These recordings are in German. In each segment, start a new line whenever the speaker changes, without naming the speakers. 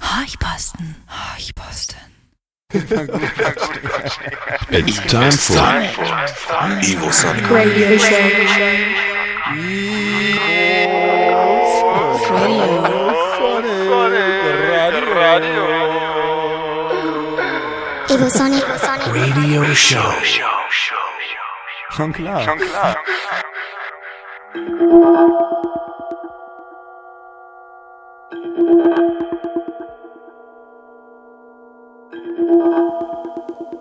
Horchposten. Horchposten.
It's time for Evo Sonic Radio
Evo Sonic.
Radio Show.
Schon klar. Schon klar.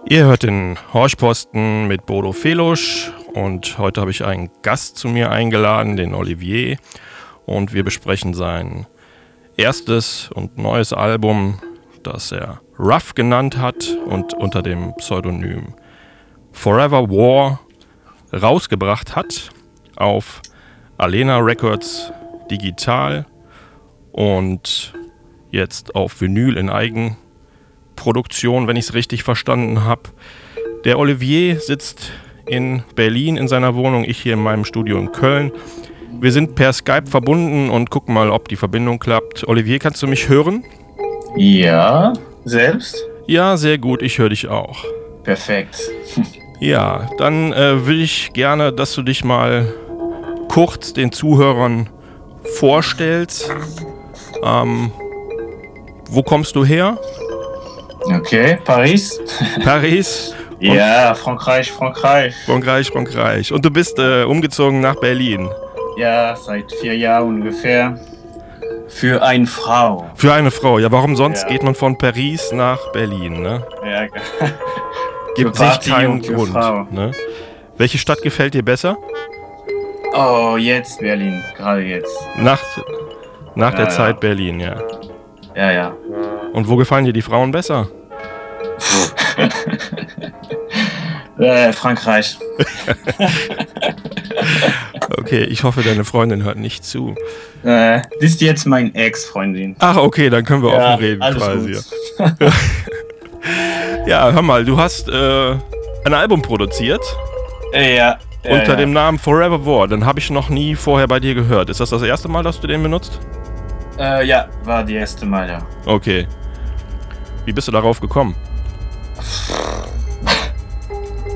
Ihr hört den Horchposten mit Bodo Felusch und heute habe ich einen Gast zu mir eingeladen, den Olivier, und wir besprechen sein erstes und neues Album, das er Rough genannt hat und unter dem Pseudonym Forever War rausgebracht hat auf Alena Records digital und jetzt auf Vinyl in Eigen Produktion, wenn ich es richtig verstanden habe. Der Olivier sitzt in Berlin in seiner Wohnung, ich hier in meinem Studio in Köln. Wir sind per Skype verbunden und gucken mal, ob die Verbindung klappt. Olivier, kannst du mich hören?
Ja, selbst?
Ja, sehr gut, ich höre dich auch.
Perfekt.
Ja, dann äh, will ich gerne, dass du dich mal kurz den Zuhörern vorstellst. Ähm, wo kommst du her?
Okay, Paris?
Paris?
Ja, Frankreich, Frankreich.
Frankreich, Frankreich. Und du bist äh, umgezogen nach Berlin.
Ja, seit vier Jahren ungefähr. Für eine Frau.
Für eine Frau. Ja, warum sonst
Ja.
geht man von Paris nach Berlin? Ne?
Ja,
Gibt
Für
sich
Party
keinen
und für
Grund.
Frau.
Ne? Welche Stadt gefällt dir besser?
oh, jetzt Berlin, gerade jetzt.
Nach, nach
Ja,
der
ja.
Zeit Berlin, ja.
Ja, ja.
Und wo gefallen dir die Frauen besser?
Äh, Frankreich.
Okay, ich hoffe, deine Freundin hört nicht zu.
Äh, das ist jetzt mein Ex-Freundin.
Ach, okay, dann können wir
Ja,
offen reden
alles
quasi.
gut.
Ja, hör mal, du hast äh, ein Album produziert
Äh, ja. ja,
unter
ja.
dem Namen Forever War. Den habe ich noch nie vorher bei dir gehört. Ist das das erste Mal, dass du den benutzt?
Äh, ja, war die erste Mal, ja.
Okay. Wie bist du darauf gekommen?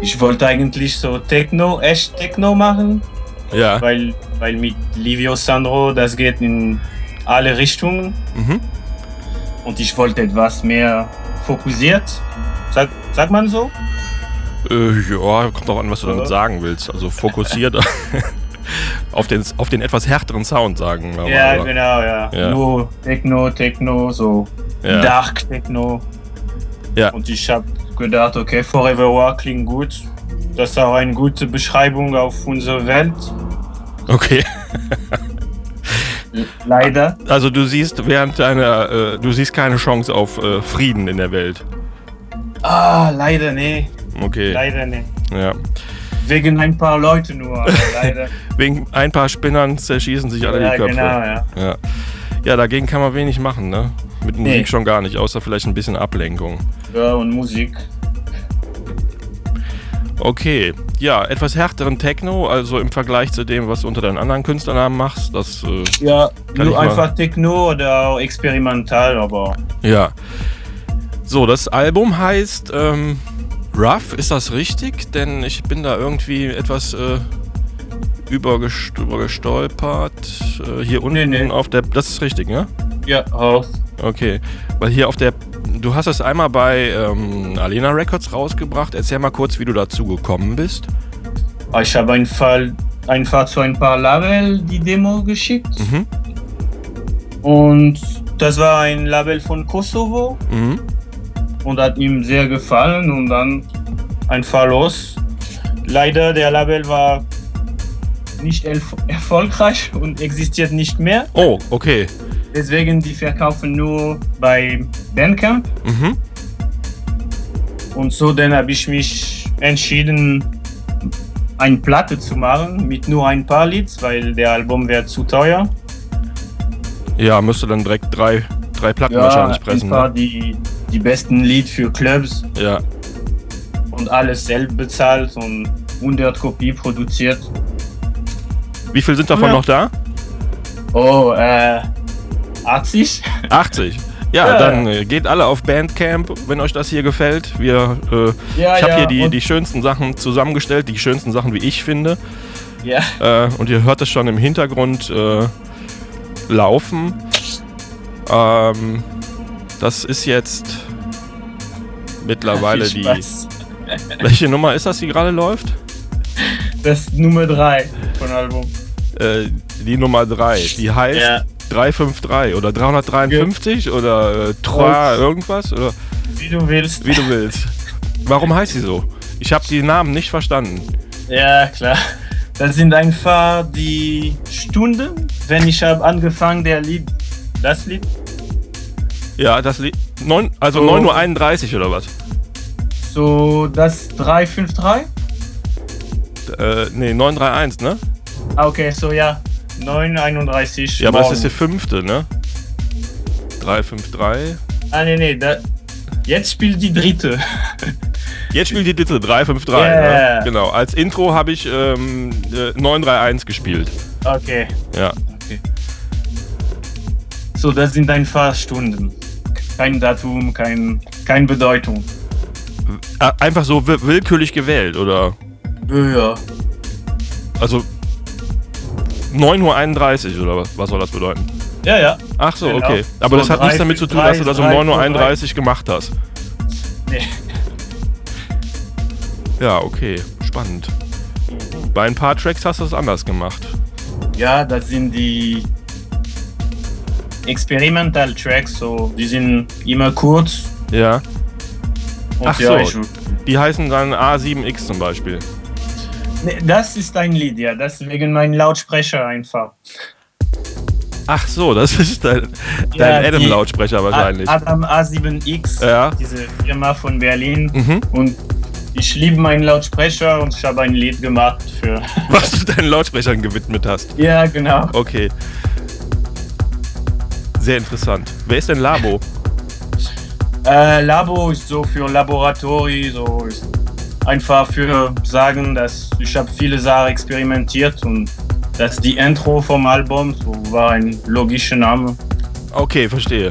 Ich wollte eigentlich so Techno, echt Techno machen.
Ja.
weil, weil mit Livio Sandro das geht in alle Richtungen
Mhm.
und ich wollte etwas mehr fokussiert. Sag, sagt man so?
Äh, ja, kommt drauf an, was du damit
Oder?
sagen willst. Also fokussiert auf, den, auf den etwas härteren Sound sagen. wir mal,
ja,
oder?
genau, ja.
Ja.
Nur Techno, Techno, so
Ja.
Dark Techno.
Ja.
Und ich habe gedacht, okay, Forever War klingt gut. Das ist auch eine gute Beschreibung auf unsere Welt.
Okay.
Leider.
Also du siehst während deiner, äh, du siehst keine Chance auf äh, Frieden in der Welt.
Ah, leider nee.
Okay.
Leider nee.
Ja.
Wegen ein paar Leute nur, aber leider.
Wegen ein paar Spinnern zerschießen sich alle
ja,
die Köpfe.
genau, ja.
Ja. ja, dagegen kann man wenig machen, ne? Mit Musik
Nee.
schon gar nicht, außer vielleicht ein bisschen Ablenkung.
Ja, und Musik.
Okay, ja, etwas härteren Techno, also im Vergleich zu dem, was du unter deinen anderen Künstlernamen machst, das, äh,
Ja,
Kann ich
nur
mal-
einfach Techno oder auch experimental, aber
ja. So, das Album heißt ähm, Rough, ist das richtig? Denn ich bin da irgendwie etwas äh, übergest übergestolpert. Äh, hier unten
Nee, nee.
auf der, das ist richtig, ne?
ja, auch.
Okay, weil hier auf der, du hast das einmal bei ähm, Alena Records rausgebracht. Erzähl mal kurz, wie du dazu gekommen bist.
Ah, Ich habe einfach, einfach zu ein paar Label die Demo geschickt
Mhm.
und das war ein Label von Kosovo
Mhm.
und hat ihm sehr gefallen und dann einfach los. Leider der Label war nicht elf- erfolgreich und existiert nicht mehr,
Oh, okay.
deswegen die verkaufen nur bei Bandcamp.
Mhm.
Und so dann habe ich mich entschieden, eine Platte zu machen mit nur ein paar Lieds, weil der Album wäre zu teuer.
Ja, müsste dann direkt drei, drei Platten wahrscheinlich pressen.
einfach
Ne?
die, die besten Lied für Clubs
Ja,
und alles selbst bezahlt und 100 Kopie produziert.
Wie viel sind davon
Ja.
noch da?
Oh, äh, 80?
80. Ja, dann äh, geht alle auf Bandcamp, wenn euch das hier gefällt. Wir, äh,
Ja,
ich habe
ja,
hier die,
und-
die schönsten Sachen zusammengestellt, die schönsten Sachen, wie ich finde.
Ja.
Äh, und ihr hört das schon im Hintergrund äh, laufen. Ähm, das ist jetzt mittlerweile
Viel
die.
Spaß.
Welche Nummer ist das, die gerade läuft?
Das ist Nummer 3 von Album.
Äh, die Nummer 3. Die heißt
Ja.
353 oder 353 oder äh, 3
Holz.
irgendwas oder
Wie du willst.
wie du willst. Warum heißt sie so? Ich habe die Namen nicht verstanden.
Ja, klar. Das sind einfach die Stunden, wenn ich habe angefangen, der Lied, das Lied,
Ja, das Lied. Neun, also
Oh.
9.31 Uhr oder was?
so das 353.
Äh, nee, 931, ne?
Ah, okay, so ja, 931.
Ja, aber das
morgen.
ist die fünfte, ne? 353.
Ah, nee, nee, da, jetzt spielt die dritte.
Jetzt spielt die Titel 353.
Yeah.
Ne? Genau. Als Intro habe ich ähm, äh, 931 gespielt.
Okay,
Ja.
okay. So, das sind einfach Stunden. Kein Datum, kein, keine Bedeutung.
Ah, Einfach so wi- willkürlich gewählt, oder?
Ja.
Also 9.31 Uhr oder was, was soll das bedeuten?
Ja, ja.
Ach so,
Genau.
okay. Aber
So,
das hat nichts damit zu tun, dass du das um
3,
9.31 Uhr gemacht hast.
Nee.
Ja, okay. Spannend. Bei ein paar Tracks hast du es anders gemacht.
Ja, das sind die Experimental Tracks, so die sind immer kurz.
Ja.
Und
Ach
ja,
so.
ich,
Die heißen dann A7X zum Beispiel.
Nee, das ist ein Lied, ja, das ist wegen meinem Lautsprecher einfach.
Ach so, das ist dein, dein
Ja, die-
Adam-Lautsprecher wahrscheinlich.
A- Adam A7X,
Ja.
diese Firma von Berlin.
Mhm.
Und ich liebe meinen Lautsprecher und ich habe ein Lied gemacht für.
Was du deinen Lautsprechern gewidmet hast.
ja, genau.
Okay. Sehr interessant. Wer ist denn Labo?
Äh, Labo ist so für Laboratory, so ist einfach für sagen, dass ich habe viele Sachen experimentiert und dass die Intro vom Album so war ein logischer Name.
Okay, verstehe.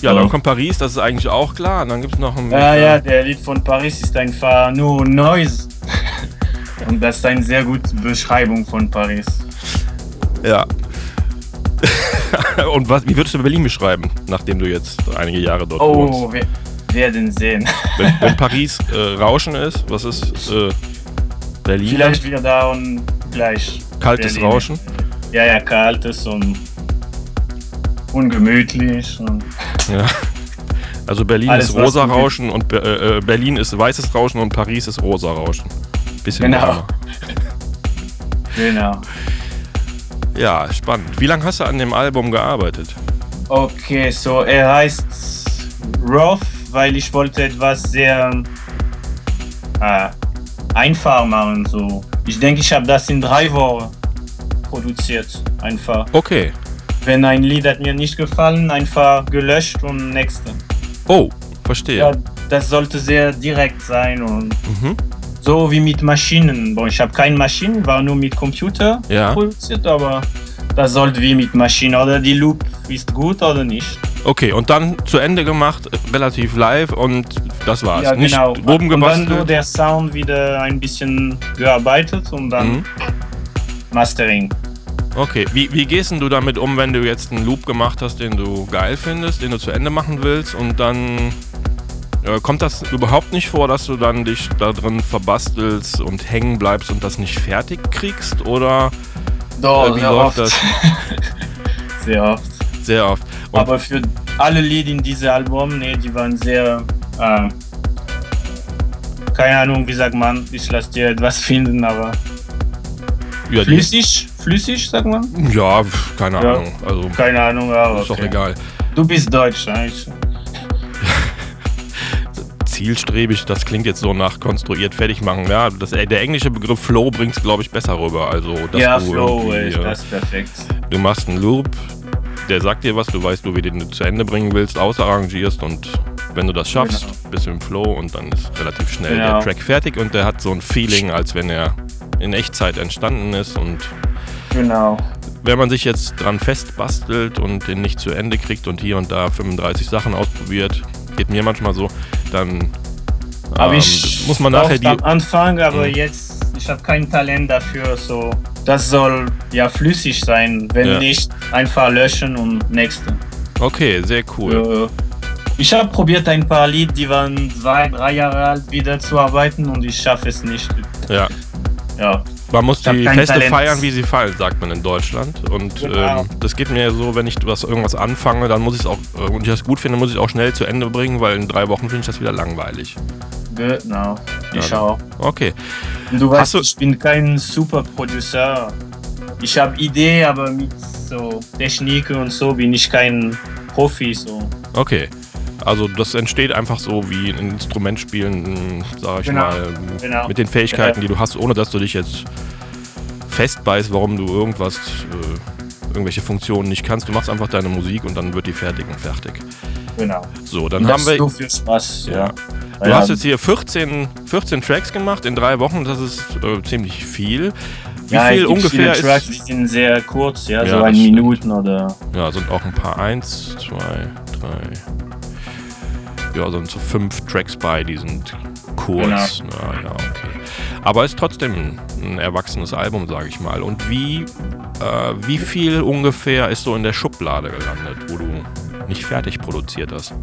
Ja,
Mhm.
dann kommt Paris, das ist eigentlich auch klar. Und dann gibt es noch ein.
Ja, ja, der Lied von Paris ist einfach nur Noise. Und das ist eine sehr gute Beschreibung von Paris.
ja. Und was, wie würdest du Berlin beschreiben, nachdem du jetzt einige Jahre dort
Oh,
wohnst?
wir werden sehen.
Wenn, wenn Paris äh, Rauschen ist, was ist äh, Berlin?
Vielleicht wieder da und gleich.
Kaltes
Berlin.
Rauschen?
Ja, ja, kaltes und ungemütlich. Und
Ja. Also Berlin
Alles,
ist
was
rosa
du
Rauschen und Be- äh, äh, Berlin ist weißes Rauschen und Paris ist rosa Rauschen. Bisschen
Genau.
wärmer.
genau.
Ja, spannend. Wie lange hast du an dem Album gearbeitet?
Okay, so er heißt Roth, weil ich wollte etwas sehr äh, einfach machen. So. Ich denke, ich habe das in drei Wochen produziert. Einfach.
Okay.
Wenn ein Lied hat mir nicht gefallen, einfach gelöscht und nächste.
Oh, verstehe.
Ja, das sollte sehr direkt sein und
Mhm.
so wie mit Maschinen. Bon, ich habe keine Maschinen, war nur mit Computer
Ja.
produziert, aber das sollte wie mit Maschinen. Oder die Loop ist gut oder nicht.
Okay, und dann zu Ende gemacht, äh, relativ live und das war's.
Ja,
Nicht
genau.
oben
und dann nur
gebastelt.
der Sound wieder ein bisschen gearbeitet und dann
Mhm.
Mastering.
Okay, wie, wie gehst denn du damit um, wenn du jetzt einen Loop gemacht hast, den du geil findest, den du zu Ende machen willst und dann äh, kommt das überhaupt nicht vor, dass du dann dich da drin verbastelst und hängen bleibst und das nicht fertig kriegst oder
Doch,
äh, wie
sehr
läuft
oft.
das?
Sehr oft.
Sehr oft. Und,
Aber für alle Lieder in diesem Album, nee, die waren sehr. Äh, keine Ahnung, wie sagt man, ich lasse dir etwas finden, aber.
ja, Äh, die-
Flüssig? Flüssig, sagt man?
ja, pf, keine
Ja.
Ahnung. Also
Keine Ahnung, aber.
ist doch
okay.
egal.
Du bist Deutsch, eigentlich.
zielstrebig, das klingt jetzt so nach konstruiert fertig machen. Ja, das, äh, der englische Begriff Flow bringt es, glaube ich, besser rüber. Also, dass
Ja,
du
Flow,
irgendwie,
ey,
äh,
das ist perfekt.
Du machst einen Loop, der sagt dir was, du weißt, du, wie du den zu Ende bringen willst, ausarrangierst und wenn du das schaffst, bist du im Flow und dann ist relativ schnell
Genau.
der Track fertig und der hat so ein Feeling, als wenn er in Echtzeit entstanden ist und
Genau.
wenn man sich jetzt dran festbastelt und den nicht zu Ende kriegt und hier und da 35 Sachen ausprobiert, geht mir manchmal so, dann
Aber
ähm,
ich
muss man nachher
oft
die.
am Anfang, aber
Mhm.
jetzt, ich habe kein Talent dafür, so. Das soll ja flüssig sein, wenn
Ja.
nicht, einfach löschen und nächste.
Okay, sehr cool.
Äh, Ich habe probiert ein paar Lied, die waren zwei, drei Jahre alt, wieder zu arbeiten und ich schaffe es nicht.
Ja.
Ja,
Man muss
Ich hab
die
kein
Feste
Talent.
feiern, wie sie fallen, sagt man in Deutschland. Und
Genau.
ähm, das geht mir so, wenn ich was irgendwas anfange, dann muss ich es auch, äh, und ich das gut finde, muss ich es auch schnell zu Ende bringen, weil in drei Wochen finde ich das wieder langweilig.
genau. Ich
Ja.
auch.
Okay.
Und du
Hast
weißt,
du-
ich bin kein super Producer. Ich habe Idee, aber mit so Technik und so bin ich kein Profi. So.
Okay. Also das entsteht einfach so wie ein Instrument spielen, sag ich
Genau.
mal,
Genau.
mit den Fähigkeiten, die du hast, ohne dass du dich jetzt festbeißt, warum du irgendwas, äh, irgendwelche Funktionen nicht kannst. Du machst einfach deine Musik und dann wird die fertig und fertig.
Genau.
So, dann
Und
haben
das
wir...
so viel Spaß. Ja.
Du
Ja.
hast jetzt hier 14, 14 Tracks gemacht in drei Wochen, das ist äh, ziemlich viel. Wie
ja, es
viel
gibt
ungefähr
viele Tracks,
ist.
die sind sehr kurz, ja,
Ja,
so
das
ein
stimmt.
Minuten oder.
Ja, sind auch ein paar. Eins, zwei, drei. Ja, sind so fünf Tracks bei, die sind kurz.
Genau.
Ja, ja, okay. Aber ist trotzdem ein erwachsenes Album, sage ich mal. Und wie, äh, wie viel ungefähr ist so in der Schublade gelandet, wo du nicht fertig produziert hast?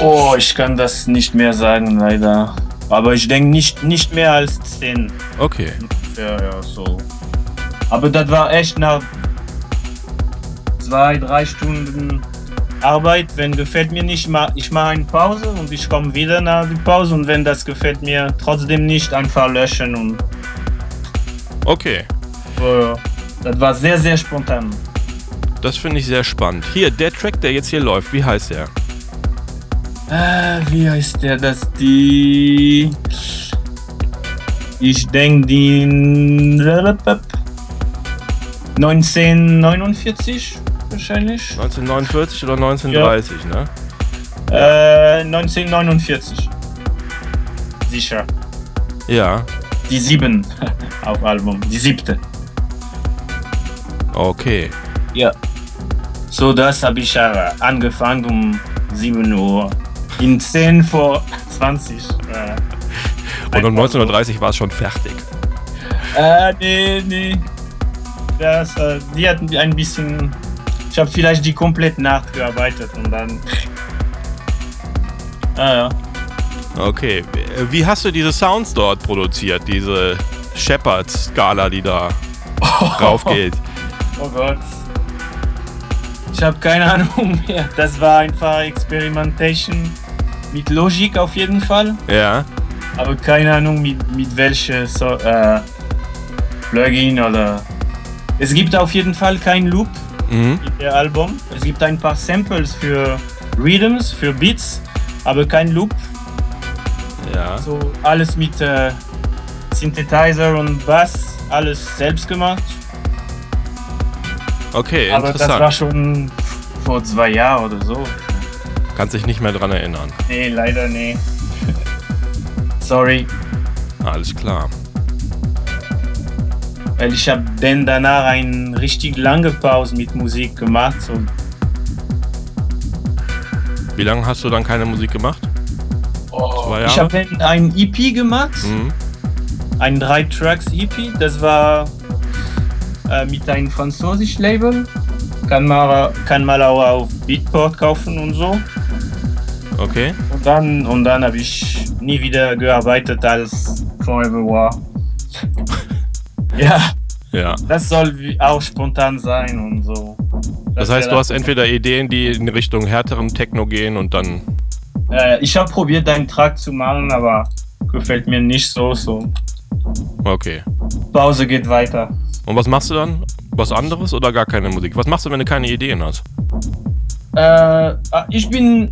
Oh, ich kann das nicht mehr sagen, leider. Aber ich denke nicht, nicht mehr als 10.
Okay.
Ja, ja, so. Aber das war echt nach zwei, drei Stunden Arbeit. Wenn gefällt mir nicht, ma- ich mache eine Pause und ich komme wieder nach der Pause. Und wenn das gefällt mir trotzdem nicht, einfach löschen. Und
Okay.
äh, das war sehr, sehr spontan.
Das finde ich sehr spannend. Hier, der Track, der jetzt hier läuft, wie heißt der?
Äh, wie heißt der? Das ist die. Ich denke, die. 1949 wahrscheinlich.
1949 oder 1930, ne?
Äh, 1949. Sicher.
Ja.
Die sieben auf Album. Die siebte.
Okay.
So, das habe ich äh, angefangen um 7 Uhr. In 10 vor 20. Äh,
Und um
einfach so.
1930 war es schon fertig.
Äh, nee, nee. Das, äh, die hatten ein bisschen. Ich habe vielleicht die komplette Nacht gearbeitet und dann. Ah, ja.
Okay. Äh, Wie hast du diese Sounds dort produziert? Diese Shepard-Skala, die da raufgeht.
Oh Gott. Ich habe keine Ahnung mehr. Das war einfach Experimentation mit Logik auf jeden Fall,
Ja.
aber keine Ahnung mit, mit welche so, äh, Plugin oder. Es gibt auf jeden Fall kein Loop
Mhm.
in der Album. Es gibt ein paar Samples für Rhythms, für Beats, aber kein Loop.
Ja.
So alles mit äh, Synthesizer und Bass, alles selbst gemacht.
Okay,
Aber das war
interessant.
schon vor zwei Jahren oder so.
Kannst dich nicht mehr dran erinnern.
Nee, leider nee. Sorry,
Alles klar.
weil ich habe dann danach eine richtig lange Pause mit Musik gemacht. So
Wie lange hast du dann keine Musik gemacht? Zwei
Oh, Ich
Jahre?
habe ein EP gemacht,
Mhm.
ein drei Tracks EP. Das war äh, mit einem französischen Label. Kann man, kann man auch auf Beatport kaufen und so.
Okay.
Und dann, und dann habe ich nie wieder gearbeitet als Forever War. ja,
Ja.
das soll wie- auch spontan sein und so.
Das heißt, du hast entweder Ideen, die in Richtung härteren Techno gehen und dann
Äh, ich habe probiert, einen Track zu machen, aber gefällt mir nicht so. So
Okay.
Pause geht weiter.
Und was machst du dann? Was anderes oder gar keine Musik? Was machst du, wenn du keine Ideen hast?
Äh, ah, ich bin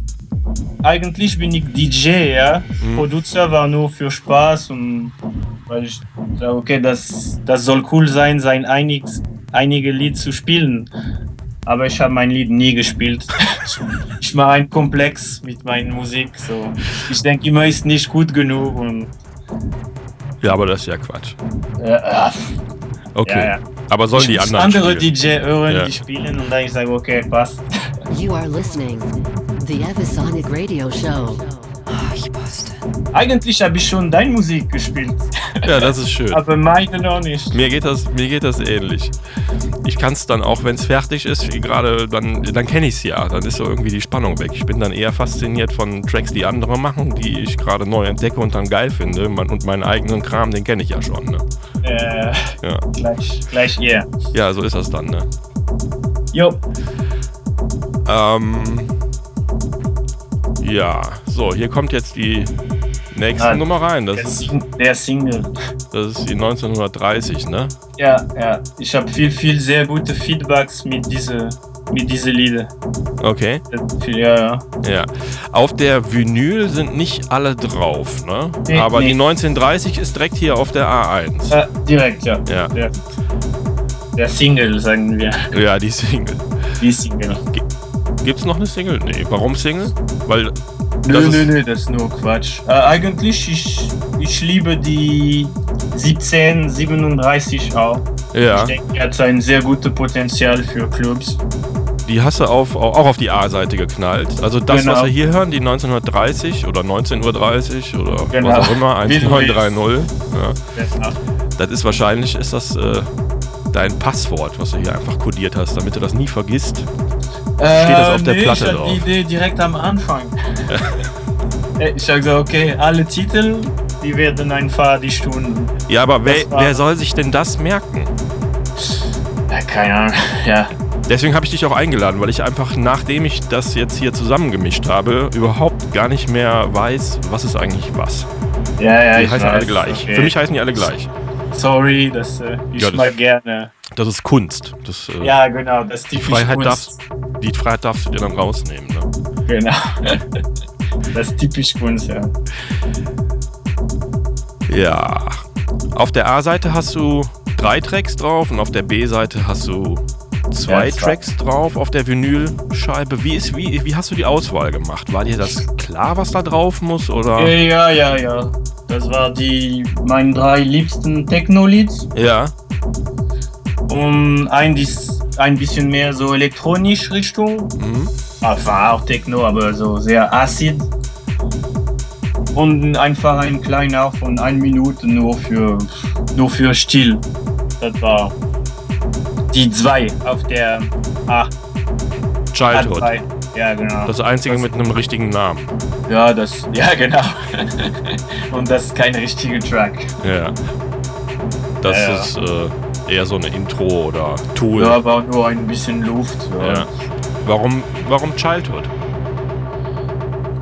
eigentlich bin ich DJ, ja. Producer war nur für Spaß und weil ich dachte, okay, das, das soll cool sein, sein einig, einige Lied zu spielen. Aber ich habe mein Lied nie gespielt. ich mache einen Komplex mit meiner Musik. So. Ich denke immer, ist nicht gut genug. Und,
Ja, aber das ist ja Quatsch.
äh, ah,
Okay.
ja, ja.
Aber sollen die
Ich muss
anderen
andere
spielen?
DJ hören,
Ja.
die spielen und dann ich sage, okay, passt.
You are listening. The Evisonic Radio Show.
Oh, ich poste.
Eigentlich habe ich schon deine Musik gespielt,
Ja, das ist schön.
aber meine noch nicht.
Mir geht das, mir geht das ähnlich. Ich kann es dann auch, wenn es fertig ist, gerade dann, dann kenne ich es ja. Dann ist so irgendwie die Spannung weg. Ich bin dann eher fasziniert von Tracks, die andere machen, die ich gerade neu entdecke und dann geil finde. Man, und meinen eigenen Kram, den kenne ich ja schon. Ne?
Äh,
Ja.
gleich, gleich ihr.
ja, so ist das dann. Ne?
Jo,
Ähm, ja, so, hier kommt jetzt die nächste
Ah,
Nummer rein. Das
der,
ist,
Sing der Single.
das ist die 1930, ne?
Ja, ja. Ich habe viel, viel sehr gute Feedbacks mit diese, mit diese Lieder.
Okay,
Das- Ja, ja.
ja. Auf der Vinyl sind nicht alle drauf, ne?
Nee,
Aber die
nee.
1930 ist direkt hier auf der A1.
Äh, direkt, ja.
Ja,
Der, der Single, sagen wir.
ja, die Single.
Die Single.
Gibt's noch eine Single? Nee, warum Single? Weil
Nö,
Das ist-
nö, nö, das ist nur Quatsch. Äh, eigentlich, ich, ich liebe die 1737 auch.
ja,
Ich denke, er hat ein sehr gutes Potenzial für Clubs.
die hast du auf, au- auch auf die A-Seite geknallt. Also das,
Genau.
was wir hier hören, die 1930 oder 19.30 Uhr oder
Genau.
was auch immer,
Wie du willst.
1930. Ja.
Ja.
Das ist wahrscheinlich, ist das äh, dein Passwort, was du hier einfach kodiert hast, damit du das nie vergisst. Steht das auf der
nee,
Platte
ich hab
drauf?
die Idee direkt am Anfang. Äh, ich habe gesagt, okay, alle Titel, die werden einfach die Stunden.
Ja, aber wer,
Das war-
wer soll sich denn das merken?
Ja, keine Ahnung, ja.
Deswegen habe ich dich auch eingeladen, weil ich einfach, nachdem ich das jetzt hier zusammengemischt habe, überhaupt gar nicht mehr weiß, was ist eigentlich was.
Ja, ja,
Die
ich
heißen
weiß,
alle gleich.
okay.
Für mich heißen die alle gleich.
Sorry, das, äh, ich
Ja, das-
mag gerne.
Das ist Kunst. Das, äh,
Ja, genau, das ist
die,
typisch
Freiheit
Kunst.
darfst, die Freiheit darfst du dir dann rausnehmen. Ne?
Genau. Das ist typisch Kunst, ja.
Ja. Auf der A-Seite hast du drei Tracks drauf und auf der B-Seite hast du zwei
Ja, zwei.
Tracks drauf auf der Vinylscheibe. Wie, ist, wie, wie hast du die Auswahl gemacht? War dir das klar, was da drauf muss? Oder?
Äh, Ja, ja, ja. Das war die meine drei liebsten Techno-Lieds.
Ja,
Um ein, bis- ein bisschen mehr so elektronisch Richtung.
mhm.
Ah, war auch Techno, aber so sehr acid. Und einfach ein kleiner von 1 Minute nur für, nur für still. Das war die zwei auf der A,
Childhood.
A3. Ja, genau.
Das einzige mit einem richtigen Namen.
Ja, das. Ja, genau. Und das ist kein richtiger Track.
Ja. Das
Ja, ja.
ist äh, eher so eine Intro oder Tool.
Ja, aber nur ein bisschen Luft.
Ja. Warum, warum Childhood?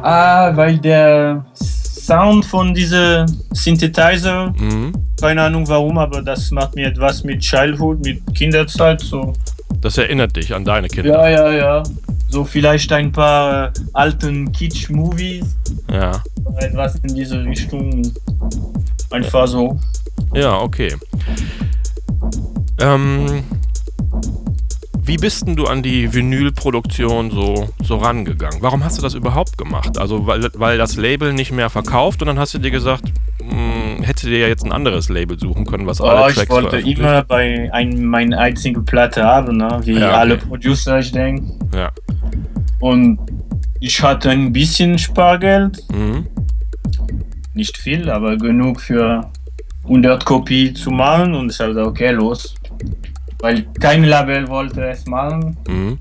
Ah, weil der Sound von diesem Synthesizer,
Mhm.
keine Ahnung warum, aber das macht mir etwas mit Childhood, mit Kinderzeit so.
Das erinnert dich an deine Kinder.
Ja, ja, ja. So vielleicht ein paar äh, alten Kitsch-Movies,
Ja.
etwas in diese Richtung. Einfach so.
Ja, okay. Ähm, wie bist denn du an die Vinylproduktion so, so rangegangen? Warum hast du das überhaupt gemacht? Also, weil, weil das Label nicht mehr verkauft und dann hast du dir gesagt, hm, hättest du dir ja jetzt ein anderes Label suchen können, was alle
Oh,
Tracks
ich wollte
veröffentlicht.
immer bei ein, meine einzige Platte haben, ne? wie
Ja, okay.
alle Producer, ich denke.
Ja.
Und ich hatte ein bisschen Spargeld,
Mhm.
nicht viel, aber genug für 100 Kopie zu machen. Und ich habe gesagt, okay, los. Weil kein Label wollte es machen.
Mhm.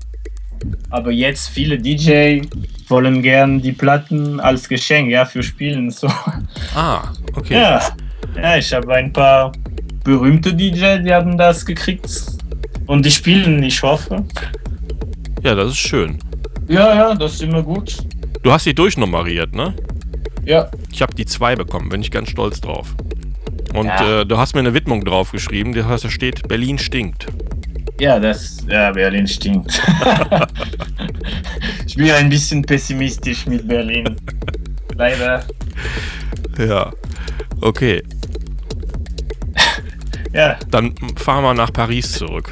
Aber jetzt viele DJ wollen gern die Platten als Geschenk, ja, für Spielen. So.
Ah, okay.
Ja. ja, ich habe ein paar berühmte DJ, die haben das gekriegt. Und die spielen, ich hoffe.
ja, das ist schön.
Ja, ja, das ist immer gut.
Du hast die durchnummeriert, ne?
Ja,
Ich habe die zwei bekommen, bin ich ganz stolz drauf. Und
Ja.
äh, du hast mir eine Widmung drauf geschrieben, die heißt, da steht, Berlin stinkt.
Ja, das, ja, Berlin stinkt. ich bin ein bisschen pessimistisch mit Berlin. Leider.
Ja. Okay,
Ja,
dann fahr mal nach Paris zurück.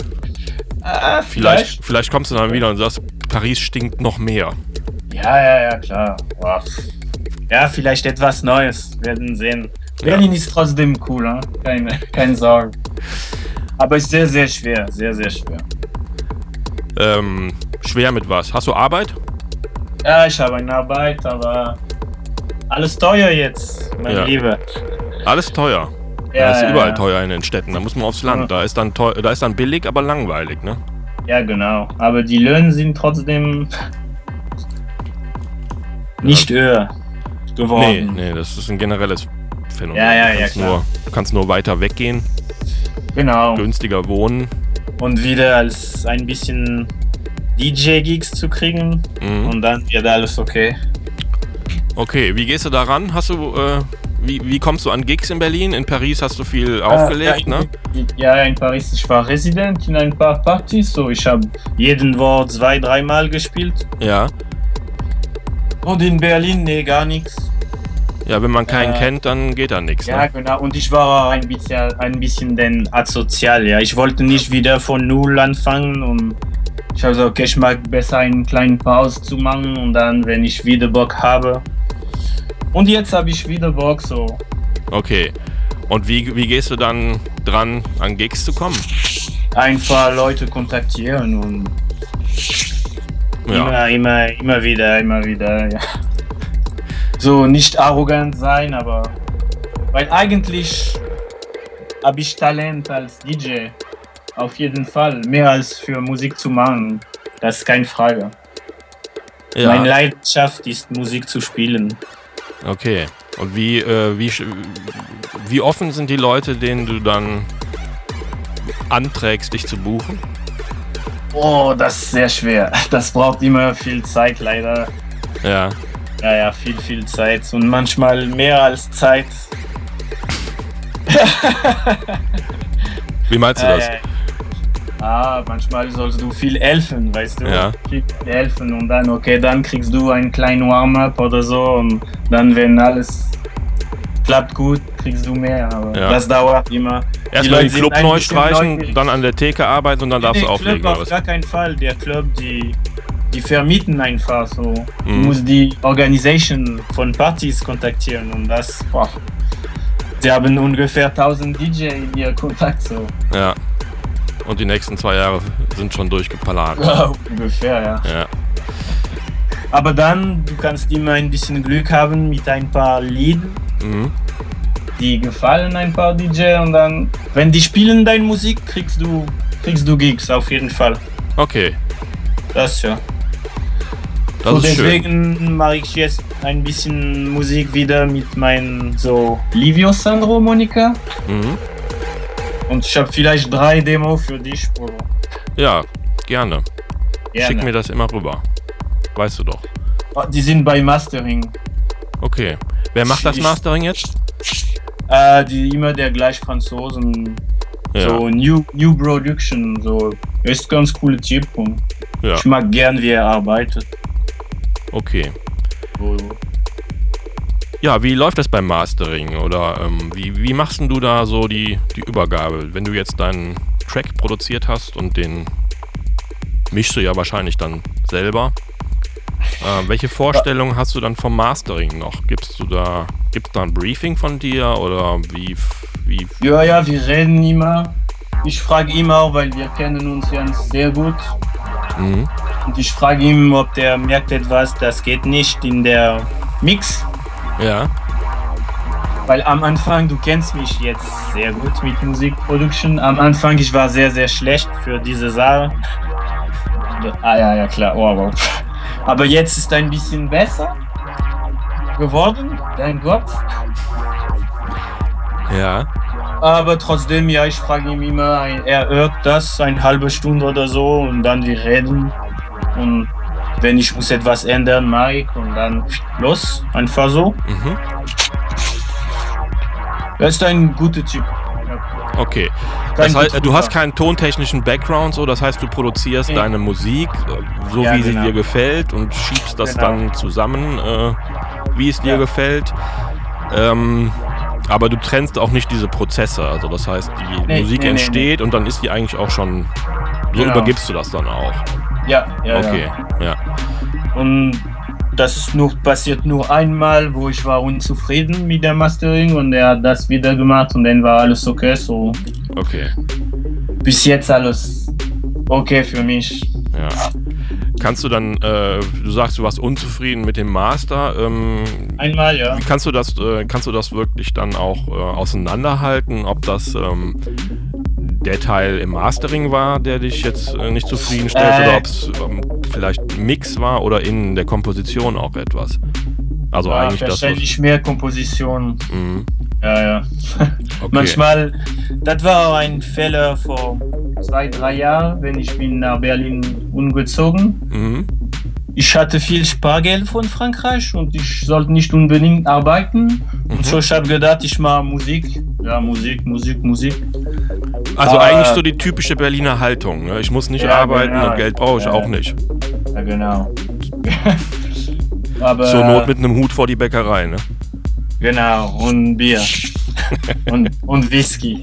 ah,
Vielleicht, vielleicht kommst du dann wieder und sagst, Paris stinkt noch mehr.
Ja, ja, ja, klar. Wow. Ja, vielleicht etwas Neues. Werden sehen.
Ja.
Berlin ist trotzdem cool, hein? keine, keine ne? Sorge. Aber ist sehr, sehr schwer. Sehr, sehr schwer.
Ähm, schwer mit was? Hast du Arbeit?
Ja, ich habe eine Arbeit, aber alles teuer jetzt, mein
Ja.
Lieber.
Alles teuer. Ja,
Ja,
das ist
ja,
überall
ja.
teuer in den Städten. Da muss man aufs Land. Da ist dann teuer, da ist dann billig, aber langweilig, ne?
Ja, genau. Aber die Löhne sind trotzdem nicht höher
Nee,
geworden.
nee, das ist ein generelles Phänomen.
Ja, ja,
du
ja,
kannst
klar.
nur, du kannst nur weiter weggehen,
Genau.
günstiger wohnen.
Und wieder als ein bisschen DJ-Gigs zu kriegen.
Mhm.
Und dann wird alles okay.
Okay, wie gehst du daran? Hast du, äh, wie, wie kommst du an Gigs in Berlin? In Paris hast du viel aufgelegt,
Äh, ja,
ne?
in- Ja, in Paris. Ich war Resident in ein paar Partys. So, ich habe jeden Wort zwei, dreimal gespielt.
Ja.
Und in Berlin, nee, gar nichts.
Ja, wenn man keinen
Ja.
kennt, dann geht da nichts.
Ja,
Ne?
genau. Und ich war ein bisschen, ein bisschen denn asozial. Ja, ich wollte nicht wieder von Null anfangen und ich habe so, okay, ich mag besser einen kleinen Pause zu machen und dann, wenn ich wieder Bock habe. Und jetzt habe ich wieder Bock, so.
Okay. Und wie, wie gehst du dann dran, an Gigs zu kommen?
Einfach Leute kontaktieren und
Ja.
immer, immer, immer wieder, immer wieder, ja. So nicht arrogant sein, aber. Weil eigentlich habe ich Talent als DJ. Auf jeden Fall. Mehr als für Musik zu machen. Das ist keine Frage. Meine
ja.
Leidenschaft ist Musik zu spielen.
Okay. Und wie, äh, wie, sch- wie offen sind die Leute, denen du dann anträgst, dich zu buchen?
Oh, das ist sehr schwer. Das braucht immer viel Zeit, leider.
Ja.
Ja, ja, viel, viel Zeit. Und manchmal mehr als Zeit.
Wie meinst du das?
Äh, Ah, manchmal sollst du viel helfen, weißt du?
Ja.
Viel helfen und dann, okay, dann kriegst du einen kleinen Warm-up oder so und dann, wenn alles klappt gut, kriegst du mehr. Aber
Ja.
das dauert immer. Die
Erstmal
Leute
den Club
sind ein
neu
bisschen
streichen,
neugierig.
dann an der Theke arbeiten und dann darfst du
Nee,
auflegen
Club
oder
auf
was?
gar keinen Fall. Der Club, die, die vermieten einfach so.
Mhm.
Du musst die Organisation von Partys kontaktieren und das, boah. Sie haben ungefähr 1000 DJ in ihr Kontakt, so.
Ja. Und die nächsten zwei Jahre sind schon durchgepalagert.
ungefähr, ja.
Ja.
Aber dann, du kannst immer ein bisschen Glück haben mit ein paar Lied,
Mhm.
die gefallen ein paar DJ und dann, wenn die spielen deine Musik, kriegst du, kriegst du Gigs auf jeden Fall.
Okay.
Das ja.
Das
so
ist schön.
deswegen mache ich jetzt ein bisschen Musik wieder mit meinem so Livio Sandro Monika
Mhm.
und ich habe vielleicht drei Demo für dich, Bruder.
Ja, gerne.
Gerne.
Schick mir das immer rüber. Weißt du doch.
Oh, die sind bei Mastering.
Okay. Wer macht das
Ich-
Mastering jetzt?
Äh, die immer der gleich Franzosen.
Ja.
So New, New Production, so. Er Ist ganz cooler Typ und
Ja.
ich mag gern, wie er arbeitet.
Okay.
So.
Ja, wie läuft das beim Mastering? Oder ähm, wie, wie machst denn du da so die, die Übergabe? Wenn du jetzt deinen Track produziert hast und den mischst du ja wahrscheinlich dann selber. Äh, welche Vorstellungen hast du dann vom Mastering noch? Gibst du da, gibt's da ein Briefing von dir oder wie, f- wie f-
Ja, ja, wir reden immer. Ich frage immer, weil wir kennen uns ganz sehr gut.
Mhm.
Und ich frage ihm, ob der merkt etwas, das geht nicht in der Mix.
Ja,
Weil am Anfang, du kennst mich jetzt sehr gut mit Musikproduction. Am Anfang, ich war sehr, sehr schlecht für diese Sache. Ah ja, ja, klar. Oh, wow. Aber jetzt ist ein bisschen besser geworden, dein Gott.
ja,
Aber trotzdem, ja, ich frage ihn immer, ein- er hört das eine halbe Stunde oder so und dann wir reden. Und wenn ich muss etwas ändern, Mike, und dann los, einfach so.
mhm.
Er ist ein guter Typ.
okay.
Kein
Das heißt,
guter
du hast
Typ.
keinen tontechnischen Background, so das heißt, du produzierst
Nee.
deine Musik, äh, so
Ja,
wie
genau.
sie dir gefällt und schiebst das
Genau.
dann zusammen, äh, wie es dir
Ja.
gefällt. Ähm, aber du trennst auch nicht diese Prozesse, also das heißt, die
Nee,
Musik
nee, nee,
entsteht und dann ist die eigentlich auch schon. So
Genau.
übergibst du das dann auch.
Ja, ja,
okay, ja.
ja. Und das ist nur, passiert nur einmal, wo ich war unzufrieden mit der Mastering und er hat das wieder gemacht und dann war alles okay. So
okay.
bis jetzt alles okay für mich.
Ja. Kannst du dann, äh, du sagst, du warst unzufrieden mit dem Master. Ähm,
Einmal, ja.
Wie kannst du das, äh, kannst du das wirklich dann auch äh, auseinanderhalten, ob das ähm, der Teil im Mastering war, der dich jetzt äh, nicht zufriedenstellt,
Äh.
oder ob es ähm, vielleicht ein Mix war oder in der Komposition auch etwas? Also
Ja,
eigentlich das. Was,
wahrscheinlich mehr Komposition.
Mhm.
Ja, ja.
Okay.
Manchmal, das war auch ein Fehler vor zwei, drei Jahren, wenn ich bin nach Berlin umgezogen.
Mhm.
Ich hatte viel Spargeld von Frankreich und ich sollte nicht unbedingt arbeiten.
Mhm.
Und so ich habe gedacht, ich mache Musik. Ja, Musik, Musik, Musik.
Also
Ah.
eigentlich so die typische Berliner Haltung. Ne? Ich muss nicht
Ja,
arbeiten
genau.
und Geld brauche ich
Ja.
auch nicht.
Ja, genau. Aber
Zur Not mit einem Hut vor die Bäckerei. Ne?
Genau, und Bier. und, und Whisky.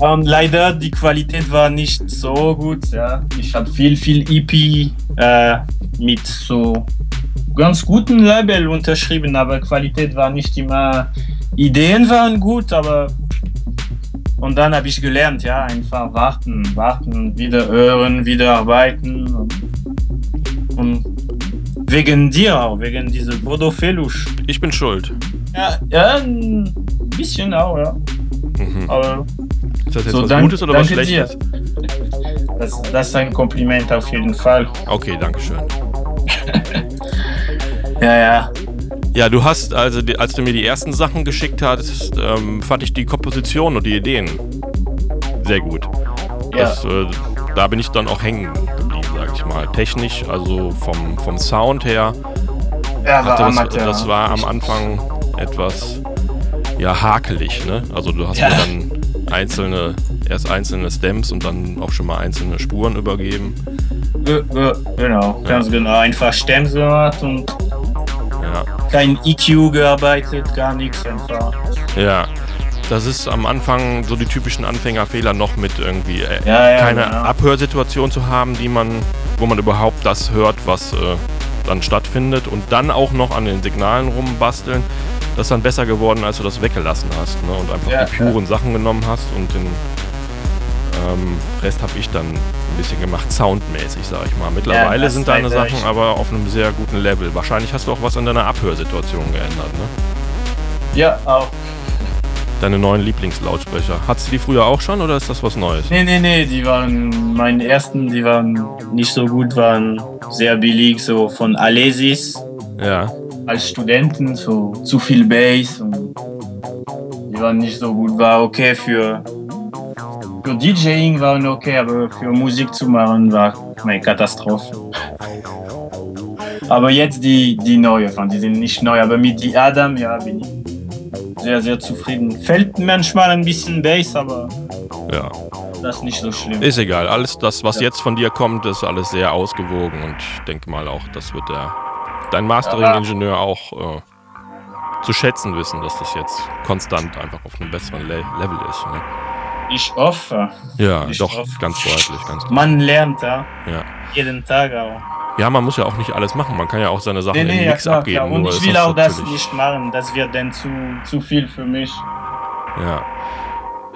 Ähm, leider, die Qualität war nicht so gut. Ja. Ich habe viel, viel EP äh, mit so ganz guten Label unterschrieben, aber Qualität war nicht immer. Ideen waren gut, aber. Und dann habe ich gelernt, ja, einfach warten, warten, wieder hören, wieder arbeiten. Und, und wegen dir auch, wegen dieser Bodo Felusch.
Ich bin schuld.
Ja, ja, ein bisschen auch, ja.
Mhm.
Aber
Ist das jetzt
So,
was
dank-
Gutes oder was
danke dir.
Schlechtes?
das, das ist ein Kompliment auf jeden Fall.
Okay, danke schön.
Ja, ja.
Ja, du hast, also die- als du mir die ersten Sachen geschickt hattest, ähm, fand ich die Komposition und die Ideen sehr gut. Das, äh, da bin ich dann auch hängen geblieben, sag ich mal. Technisch, also vom, vom Sound her,
Er war
hatte das,
Amateur.
das war am Anfang etwas ja, hakelig, ne? Also du hast
Ja.
mir dann einzelne, erst einzelne Stems und dann auch schon mal einzelne Spuren übergeben.
Ge- ge- Äh, Genau, ganz genau. Einfach Stems gemacht und
Ja.
kein EQ gearbeitet, gar nichts einfach.
Ja. Das ist am Anfang so die typischen Anfängerfehler noch mit irgendwie äh,
Ja, ja,
keine
genau.
Abhörsituation zu haben, die man, wo man überhaupt das hört, was äh, dann stattfindet und dann auch noch an den Signalen rumbasteln. Das ist dann besser geworden, als du das weggelassen hast ne? und einfach
Ja,
die puren Sachen genommen hast und den ähm, Rest habe ich dann ein bisschen gemacht, soundmäßig, sage ich mal. Mittlerweile
das
sind deine
leider
Sachen
ich-
aber auf einem sehr guten Level. Wahrscheinlich hast du auch was an deiner Abhörsituation geändert, ne?
Ja, auch.
Deine neuen Lieblingslautsprecher. Hattest du die früher auch schon oder ist das was Neues?
Nee, nee, nee, die waren, meine ersten, die waren nicht so gut, waren sehr billig, so von Alesis.
Ja.
als Studenten so zu viel Bass und die waren nicht so gut. War okay für, für DJing waren okay, aber für Musik zu machen war eine Katastrophe. Aber jetzt die, die neue, enfin, die sind nicht neu, aber mit die Adam, ja, bin ich sehr, sehr zufrieden. Fällt manchmal ein bisschen Bass, aber
Ja.
das ist nicht so schlimm.
Ist egal. Alles das, was jetzt von dir kommt, ist alles sehr ausgewogen und ich denke mal auch, das wird der dein Mastering-Ingenieur auch äh, zu schätzen wissen, dass das jetzt konstant einfach auf einem besseren Le Level ist. Ne?
Ich hoffe,
Ja,
Ich
doch,
drauf.
ganz deutlich, ganz deutlich.
man lernt ja,
Ja.
jeden Tag auch.
ja, man muss ja auch nicht alles machen. Man kann ja auch seine Sachen
Nee, nee,
in den
ja,
Mix
klar,
abgeben.
klar. Und
nur
ich
ist
will auch das
natürlich-
nicht machen, das wird dann zu, zu viel für mich.
Ja.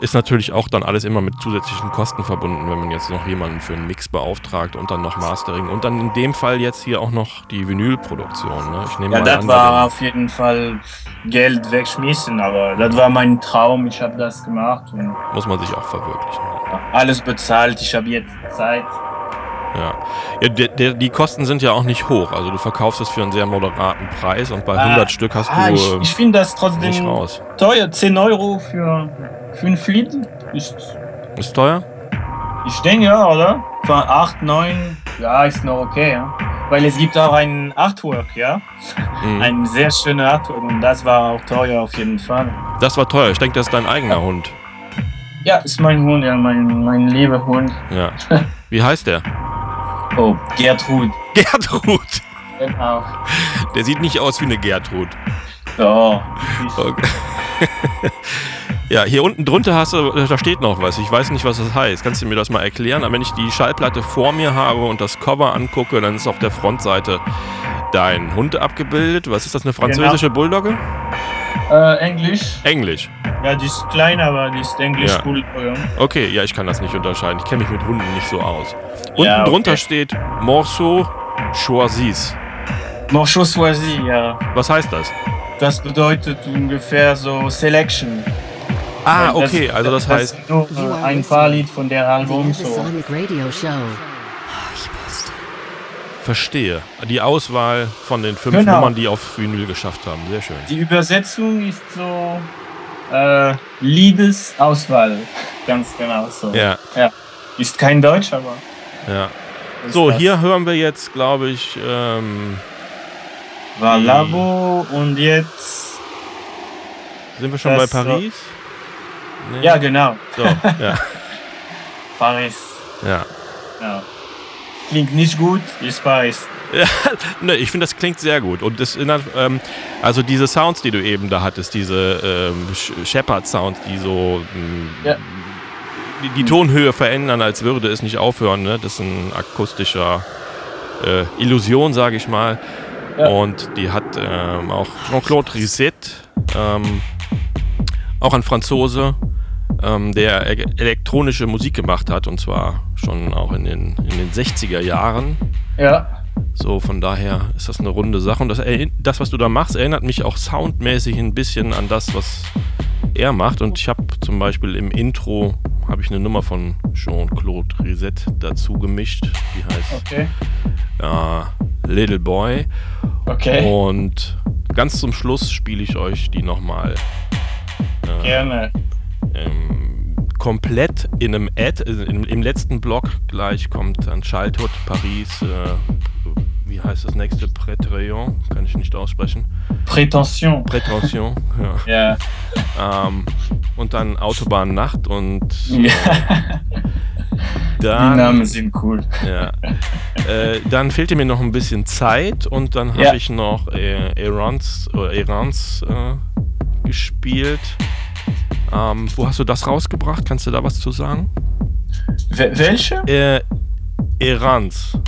Ist natürlich auch dann alles immer mit zusätzlichen Kosten verbunden, wenn man jetzt noch jemanden für einen Mix beauftragt und dann noch Mastering und dann in dem Fall jetzt hier auch noch die Vinylproduktion. Ne? Ich nehme
Ja,
mal
das
an,
war
bei
auf jeden Fall Geld wegschmissen, aber das war mein Traum, ich habe das gemacht und
dem muss man sich auch verwirklichen.
alles bezahlt, ich habe jetzt Zeit.
Ja, ja der, der, die Kosten sind ja auch nicht hoch. Also du verkaufst es für einen sehr moderaten Preis und bei 100
Ah,
Stück hast
ah,
du
ich
äh,
ich finde das
nicht
trotzdem
raus.
teuer, 10 Euro für 5 Lied. Ist,
Ist teuer?
ich denke, ja, oder? Für 8, 9, ja, ist noch okay. Ja. Weil es gibt auch ein Artwork, ja?
Mhm.
Ein sehr schönes Artwork und das war auch teuer auf jeden Fall.
Das war teuer. Ich denke, das ist dein eigener Hund.
Ja, ist mein Hund, ja, mein, mein lieber Hund.
Ja. Wie heißt der?
Oh, Gertrud.
Gertrud.
Genau.
Der sieht nicht aus wie eine Gertrud.
So.
Okay. ja, hier unten drunter hast du, da steht noch was. Ich weiß nicht, was das heißt. Kannst du mir das mal erklären? Aber wenn ich die Schallplatte vor mir habe und das Cover angucke, dann ist auf
Genau.
der Frontseite dein Hund abgebildet. Was ist das, eine französische Bulldogge?
Äh, Englisch.
Englisch.
Ja, die ist klein, aber die ist Englisch
Ja.
cool. Ja.
Okay, ja, ich kann das nicht unterscheiden. Ich kenne mich mit Hunden nicht so aus. Unten
Ja, okay.
drunter steht Morceau Choisis.
Morcho Swazi, ja.
Was heißt das?
Das bedeutet ungefähr so Selection.
Ah,
Weil das-
okay, also das heißt,
ist nur äh, ein paar Lied von der
The
Album so.
Evisonic Radio Show.
verstehe. Die Auswahl von den fünf
Genau.
Nummern, die auf Vinyl geschafft haben. Sehr schön.
Die Übersetzung ist so äh, Liebesauswahl. Ganz genau so.
Ja,
Ist kein Deutsch, aber.
ja.
ist
So,
das.
hier hören wir jetzt, glaube ich, ähm,
War Labo und jetzt.
sind wir schon
Das,
bei Paris? Nee.
Ja, genau.
So, ja,
Paris.
ja.
Ja. Klingt nicht gut, ist Paris.
Ne, ich finde, das klingt sehr gut. Und das erinnert, ähm, also diese Sounds, die du eben da hattest, diese ähm, Sh- Shepard-Sounds, die so ähm,
Ja.
die, die Tonhöhe verändern, als würde es nicht aufhören. Ne? Das ist ein akustischer äh, Illusion, sage ich mal.
Ja.
Und die hat ähm, auch Jean-Claude Risset, ähm, auch ein Franzose, ähm, der e elektronische Musik gemacht hat. Und zwar schon auch in den, in den 60er Jahren.
Ja.
So, von daher ist das eine runde Sache. Und das, erinn- das was du da machst, erinnert mich auch soundmäßig ein bisschen an das, was er macht. Und ich habe zum Beispiel im Intro habe ich eine Nummer von Jean-Claude Risset dazu gemischt. Die heißt
Okay.
äh, Little Boy.
Okay.
Oh. Und ganz zum Schluss spiele ich euch die nochmal
Gerne.
ähm, komplett in einem Ad, äh, im, im letzten Block gleich kommt dann Childhood, Paris, äh, wie heißt das nächste? Prétrayon, kann ich nicht aussprechen.
Prätension.
Prétention,
Ja.
ja. Ähm, und dann Autobahnnacht und
ja. Die
dann,
Namen sind cool.
ja, äh, dann fehlte mir noch ein bisschen Zeit und dann habe
Ja.
ich noch äh, Erans, äh, Erans äh, gespielt. Ähm, wo hast du das rausgebracht? Kannst du da was zu sagen?
Wel- welche?
Äh, Erans.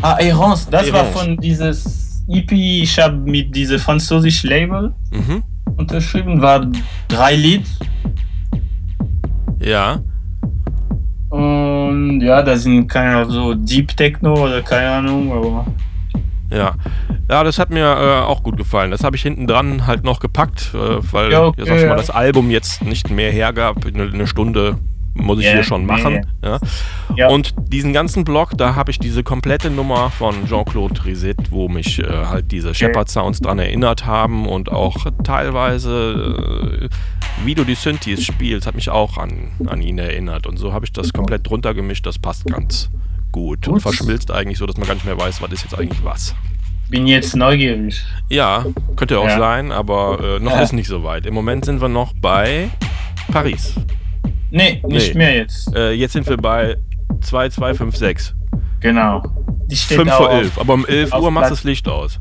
Ah, Errance. Das war
Errance.
von dieses EP. Ich habe mit diesem französischen Label
Mhm.
unterschrieben. War drei Lied.
Ja.
Und ja, da sind keine so Deep Techno oder keine Ahnung. Aber
Ja. Ja, das hat mir äh, auch gut gefallen. Das habe ich hinten dran halt noch gepackt, äh, weil
Ja, okay,
ja, sag ich mal,
ja.
das Album jetzt nicht mehr hergab. Eine, eine Stunde muss ich
Ja,
hier schon
nee.
machen. Ja.
Ja.
Und diesen ganzen Block, da habe ich diese komplette Nummer von Jean-Claude Risset, wo mich äh, halt diese Shepard-Sounds dran erinnert haben und auch teilweise, äh, wie du die Synthes spielst, hat mich auch an, an ihn erinnert. Und so habe ich das komplett drunter gemischt. Das passt ganz gut und
Gut.
verschmilzt eigentlich so, dass man gar nicht mehr weiß, was ist jetzt eigentlich was.
bin jetzt neugierig.
Ja, könnte auch
Ja.
sein, aber äh, noch
Ja.
ist nicht so weit. Im Moment sind wir noch bei Paris.
Nee, nicht
Nee.
mehr jetzt.
Äh, jetzt sind wir bei 2256.
Genau. Die steht
5
auch
vor
auf-
11. Aber um 11
auf
Uhr macht
Platz.
das Licht aus.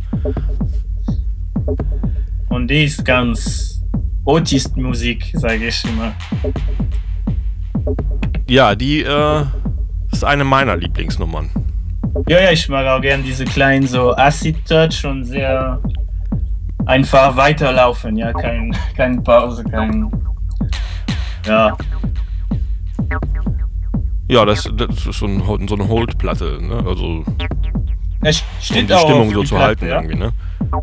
Und die ist ganz Autist-Musik, sage ich immer.
Ja, die äh, ist eine meiner Lieblingsnummern.
Ja, ja, ich mag auch gern diese kleinen so Acid-Touch und sehr einfach weiterlaufen, ja, kein, keine Pause, kein. Ja,
Ja, das, das ist so, ein, Ho- so eine Hold-Platte. Ne? Also, um
es
die
steht auch
Stimmung
auf
so
die
zu
Platte,
halten
ja?
irgendwie. Ne?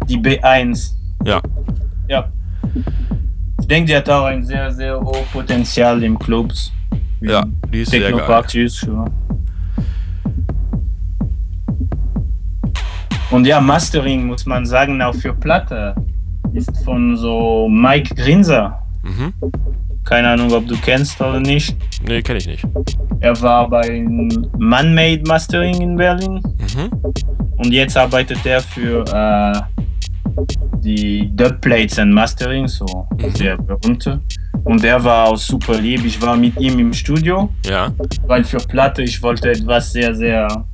Die B1,
Ja,
ja. Ich denke, die hat auch ein sehr, sehr hohes Potenzial im Clubs.
ja, die ist sehr geil.
Techno-Partys, ja. Und ja, Mastering muss man sagen, auch für Platte, ist von so Mike Grinser.
Mhm.
Keine Ahnung, ob du kennst oder nicht.
Nee, kenne ich nicht.
Er war bei Man-Made Mastering in Berlin
Mhm.
und jetzt arbeitet er für äh, die Dubplates and Mastering, so
Mhm.
sehr berühmte. Und er war auch super lieb. Ich war mit ihm im Studio
Ja,
weil für Platte ich wollte etwas sehr, sehr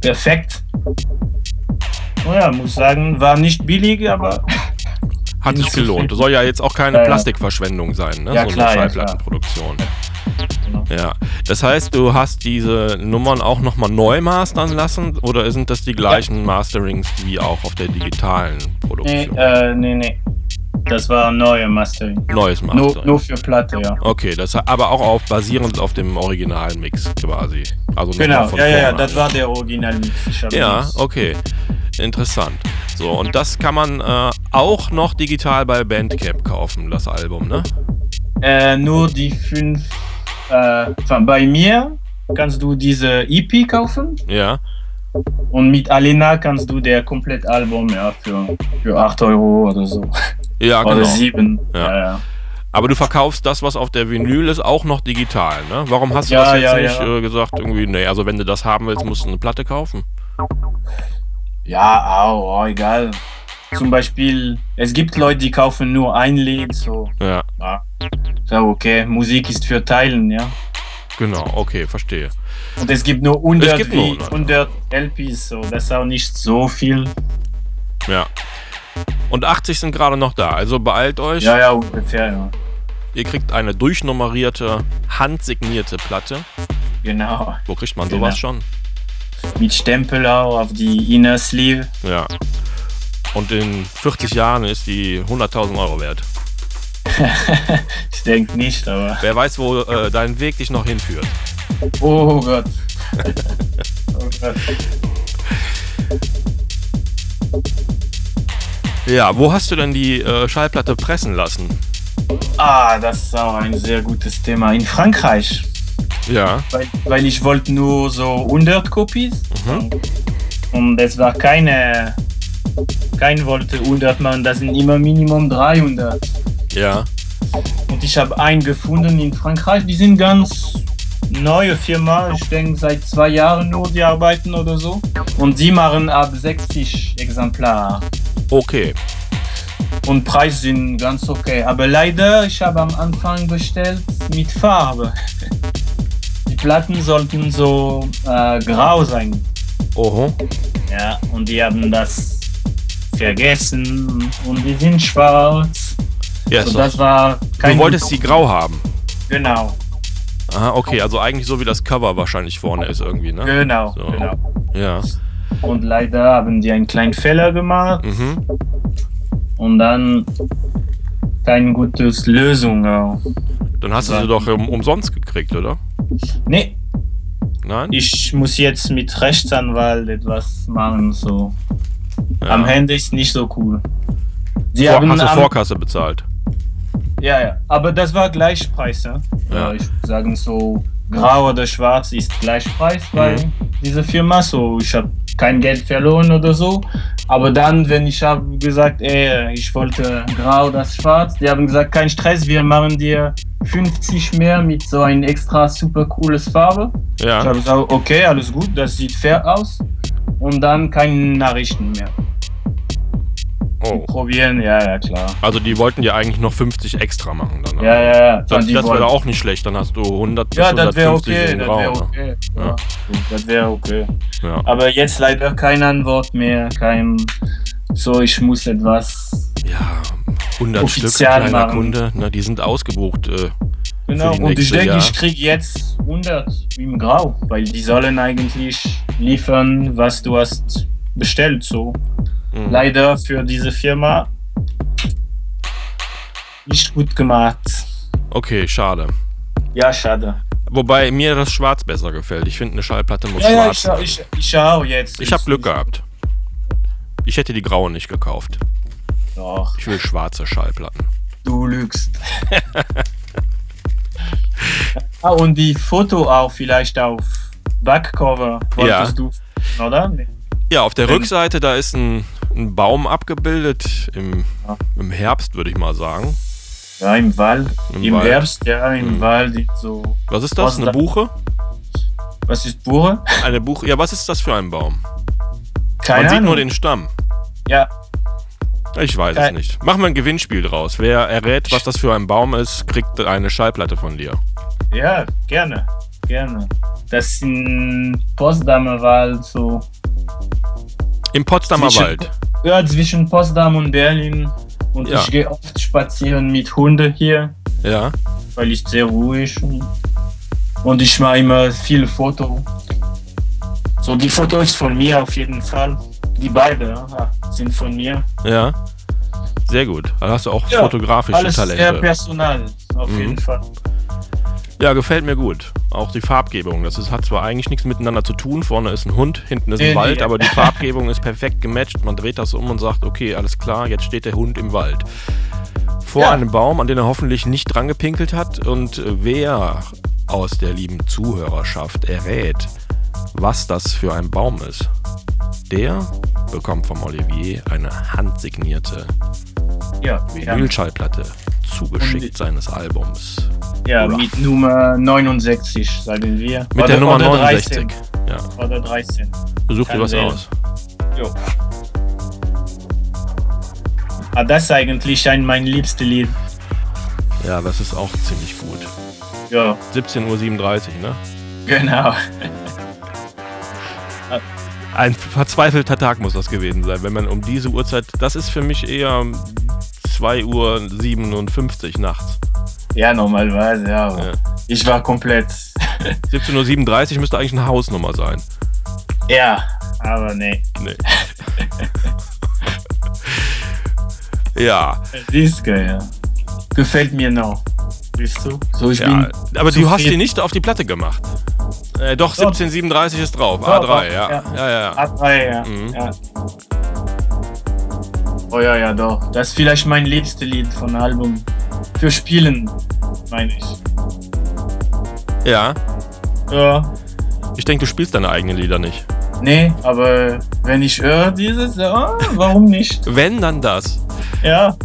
perfekt. Oh ja, muss sagen, war nicht billig, aber
hat
Bin
sich
ich zufrieden.
gelohnt. Soll ja jetzt auch keine
Genau. Ja, ja.
Plastikverschwendung sein, ne?
Ja,
so
klar, Genau. ja,
eine
klar.
Schallplattenproduktion. Ja, das heißt, du hast diese Nummern auch nochmal neu mastern lassen oder sind das die gleichen Masterings wie auch auf der digitalen
nee,
Produktion?
äh, nee, nee. Das war neue Mastering.
Neues
Nur,
Mastering.
nur für Platte, ja.
Okay, das hat- aber auch auf, basierend auf dem originalen Mix quasi. Also noch mal
Genau,
von
ja, ja,
vorne
ja,
an.
das war der Originalmix. Ich hab
Ja,
das-
okay. Interessant. So, und das kann man äh, auch noch digital bei Bandcamp kaufen, das Album, ne?
Äh, nur die fünf. Äh, enfin, bei mir kannst du diese EP kaufen
Ja.
und mit Alena kannst du der komplette Album ja, für, für 8 Euro oder so.
Ja,
Oder
genau.
7.
Ja.
Ja, ja.
Aber du verkaufst das, was auf der Vinyl ist, auch noch digital, ne? Warum hast du
Ja,
das jetzt
ja,
nicht
ja.
Äh, gesagt, irgendwie, nee, also wenn du das haben willst, musst du eine Platte kaufen?
ja au, au, egal. Zum Beispiel, es gibt Leute, die kaufen nur ein Lied, so.
Ja,
Ja, okay, Musik ist für Teilen, ja.
genau, okay, verstehe.
Und es gibt nur 100,
Es gibt nur
wie-
100, ja.
100 LPs, so. Das ist auch nicht so viel.
Ja. Und 80 sind gerade noch da, also beeilt euch.
Ja, ja, ungefähr, ja.
Ihr kriegt eine durchnummerierte, handsignierte Platte.
Genau.
Wo kriegt man sowas schon?
Mit Stempel auch auf die Inner Sleeve.
Ja. Und in 40 Jahren ist die 100.000 Euro wert.
Ich denke nicht, aber.
Wer weiß, wo äh, dein Weg dich noch hinführt.
Oh Gott. oh Gott.
Ja, wo hast du denn die äh, Schallplatte pressen lassen?
Ah, das ist auch ein sehr gutes Thema. In Frankreich.
Ja.
Weil, weil ich wollte nur so 100 Copies. Und es war keine. Kein wollte 100 machen, das sind immer Minimum 300.
Ja.
Und ich habe einen gefunden in Frankreich, die sind ganz neue Firma, ich denke seit zwei Jahren nur, die arbeiten oder so. Und die machen ab 60 Exemplare.
Okay.
Und Preis sind ganz okay. Aber leider, ich habe am Anfang bestellt mit Farbe. Die Platten sollten so äh, grau sein.
Oho.
Ja, und die haben das vergessen und die sind schwarz.
Ja, ist
Also
doch-
das war kein
du wolltest sie grau haben.
Genau,
Aha, okay, also eigentlich so wie das Cover wahrscheinlich vorne ist irgendwie, ne?
genau,
So.
genau.
Ja.
Und leider haben die einen kleinen Fehler gemacht
Mhm.
und dann keine gute Lösung. auch.
Dann hast du sie doch um, umsonst gekriegt, oder?
Nee,
Nein?
ich muss jetzt mit Rechtsanwalt etwas machen. So.
Ja.
Am Handy ist nicht so cool. Die
Vor,
haben
hast du
am-
Vorkasse bezahlt?
ja, ja, aber das war Gleichpreis. Ja?
Ja.
Ja. Ich würde sagen, so grau oder schwarz ist Gleichpreis, weil
Mhm.
diese Firma so, ich habe kein Geld verloren oder so. Aber dann, wenn ich habe gesagt, ey, ich wollte grau, das schwarz, die haben gesagt, kein Stress, wir machen dir 50 mehr mit so ein extra super cooles Farbe. Ich
Ja.
habe gesagt, okay, alles gut, das sieht fair aus. Und dann keine Nachrichten mehr.
Oh.
Probieren, ja, ja, klar.
Also die wollten ja eigentlich noch 50 extra machen dann. ne?
Ja, ja, ja.
Das,
die
das wäre
wollen-
auch nicht schlecht, dann hast du 100 bis
Ja, das wäre
150
okay,
in
das
den Raum.
wäre
ne?
okay.
Ja.
Ja. Das wäre okay.
Ja.
Aber jetzt leider keine Antwort mehr, kein so, ich muss etwas.
Ja, 100 Stück,
Offiziell
kleiner
machen.
Kunde, ne, die sind ausgebucht. Äh,
Genau,
die
und ich
nächste,
denke,
ja.
ich kriege jetzt 100 im Grau, weil die sollen eigentlich liefern, was du hast bestellt. So,
Mhm.
leider für diese Firma nicht gut gemacht.
okay, schade.
Ja, schade.
Wobei mir das Schwarz besser gefällt. Ich finde, eine Schallplatte muss
Ja, ja, ich,
schwarz sein.
ich, ich schau jetzt.
Ich habe Glück gehabt. Ich hätte die grauen nicht gekauft.
Doch,
Ich will schwarze Schallplatten.
du lügst. ah, und die Foto auch vielleicht auf Backcover wolltest du, oder?
Ja, auf der
Wenn-
Rückseite, da ist ein, ein Baum abgebildet. Im,
Ja.
im Herbst, würde ich mal sagen.
Ja, im Wald.
Im
Im,
Wald.
Herbst, ja, im
Mhm.
Wald. die So.
Was ist das?
Was
Eine
da-
Buche?
Was ist Bure?
Eine Buche. Ja, was ist das für ein Baum? Man
Keine
sieht
Ahnung. Äh.
nur den Stamm.
ja,
Ich weiß es
Keine-
nicht. Machen wir ein Gewinnspiel draus. Wer errät, was das für ein Baum ist, kriegt eine Schallplatte von dir.
ja, gerne. Gerne. Das ist in Potsdamer Wald, so.
Im Potsdamer
Zwischen-
Wald.
Ja, zwischen Potsdam und Berlin. Und
Ja.
ich gehe oft spazieren mit Hunde hier.
Ja.
weil ich sehr ruhig und, und ich mache immer viele Fotos. So die Fotos von mir auf jeden Fall. Die beiden ja, sind von mir.
Ja. Sehr gut. Dann hast du auch
Ja,
fotografische
Alles sehr
Talente.
personal, auf
Mhm.
jeden Fall.
Ja, gefällt mir gut. Auch die Farbgebung. Das ist, hat zwar eigentlich nichts miteinander zu tun. Vorne ist ein Hund, hinten ist
Nee,
ein
nee.
Wald, aber die Farbgebung ist perfekt gematcht. Man dreht das um und sagt, okay, alles klar, jetzt steht der Hund im Wald. Vor
Ja.
einem Baum, an den er hoffentlich nicht dran gepinkelt hat. Und wer aus der lieben Zuhörerschaft errät, was das für ein Baum ist, der bekommt vom Olivier eine handsignierte
Ja, ja.
Vinylschallplatte zugeschickt
Und-
seines Albums.
ja
Rough.
mit Nummer 69, sagen wir.
Mit
oder,
der Nummer
oder
69. Ja.
13, oder 13.
Such dir
Kann
was
sein.
aus.
Jo. Ah, das ist eigentlich ein, mein liebstes Lied.
Ja, das ist auch ziemlich gut.
Ja,
17.37 Uhr, ne?
genau.
Ein verzweifelter Tag muss das gewesen sein, wenn man um diese Uhrzeit. Das ist für mich eher 2.57 Uhr nachts.
Ja, normalerweise, ja. aber
Ja.
Ich war komplett.
17.37 Uhr müsste eigentlich eine Hausnummer sein.
ja, aber nee.
Nee. ja,
Die ist geil, ja. Gefällt mir noch. Bist du? So, ich
ja.
bin.
Aber du hast
zufrieden.
die nicht auf die Platte gemacht. Äh, doch,
Doch.
17.37 ist drauf.
Doch, doch,
A3, ja.
ja.
Ja, ja, ja.
A3, ja.
Mhm.
ja. Oh ja, ja, doch. Das ist vielleicht mein liebstes Lied von Album. Für Spielen, meine ich.
Ja.
Ja.
Ich denke, du spielst deine eigenen Lieder nicht.
Nee, aber wenn ich höre dieses, ja, warum nicht?
Wenn, dann das.
Ja,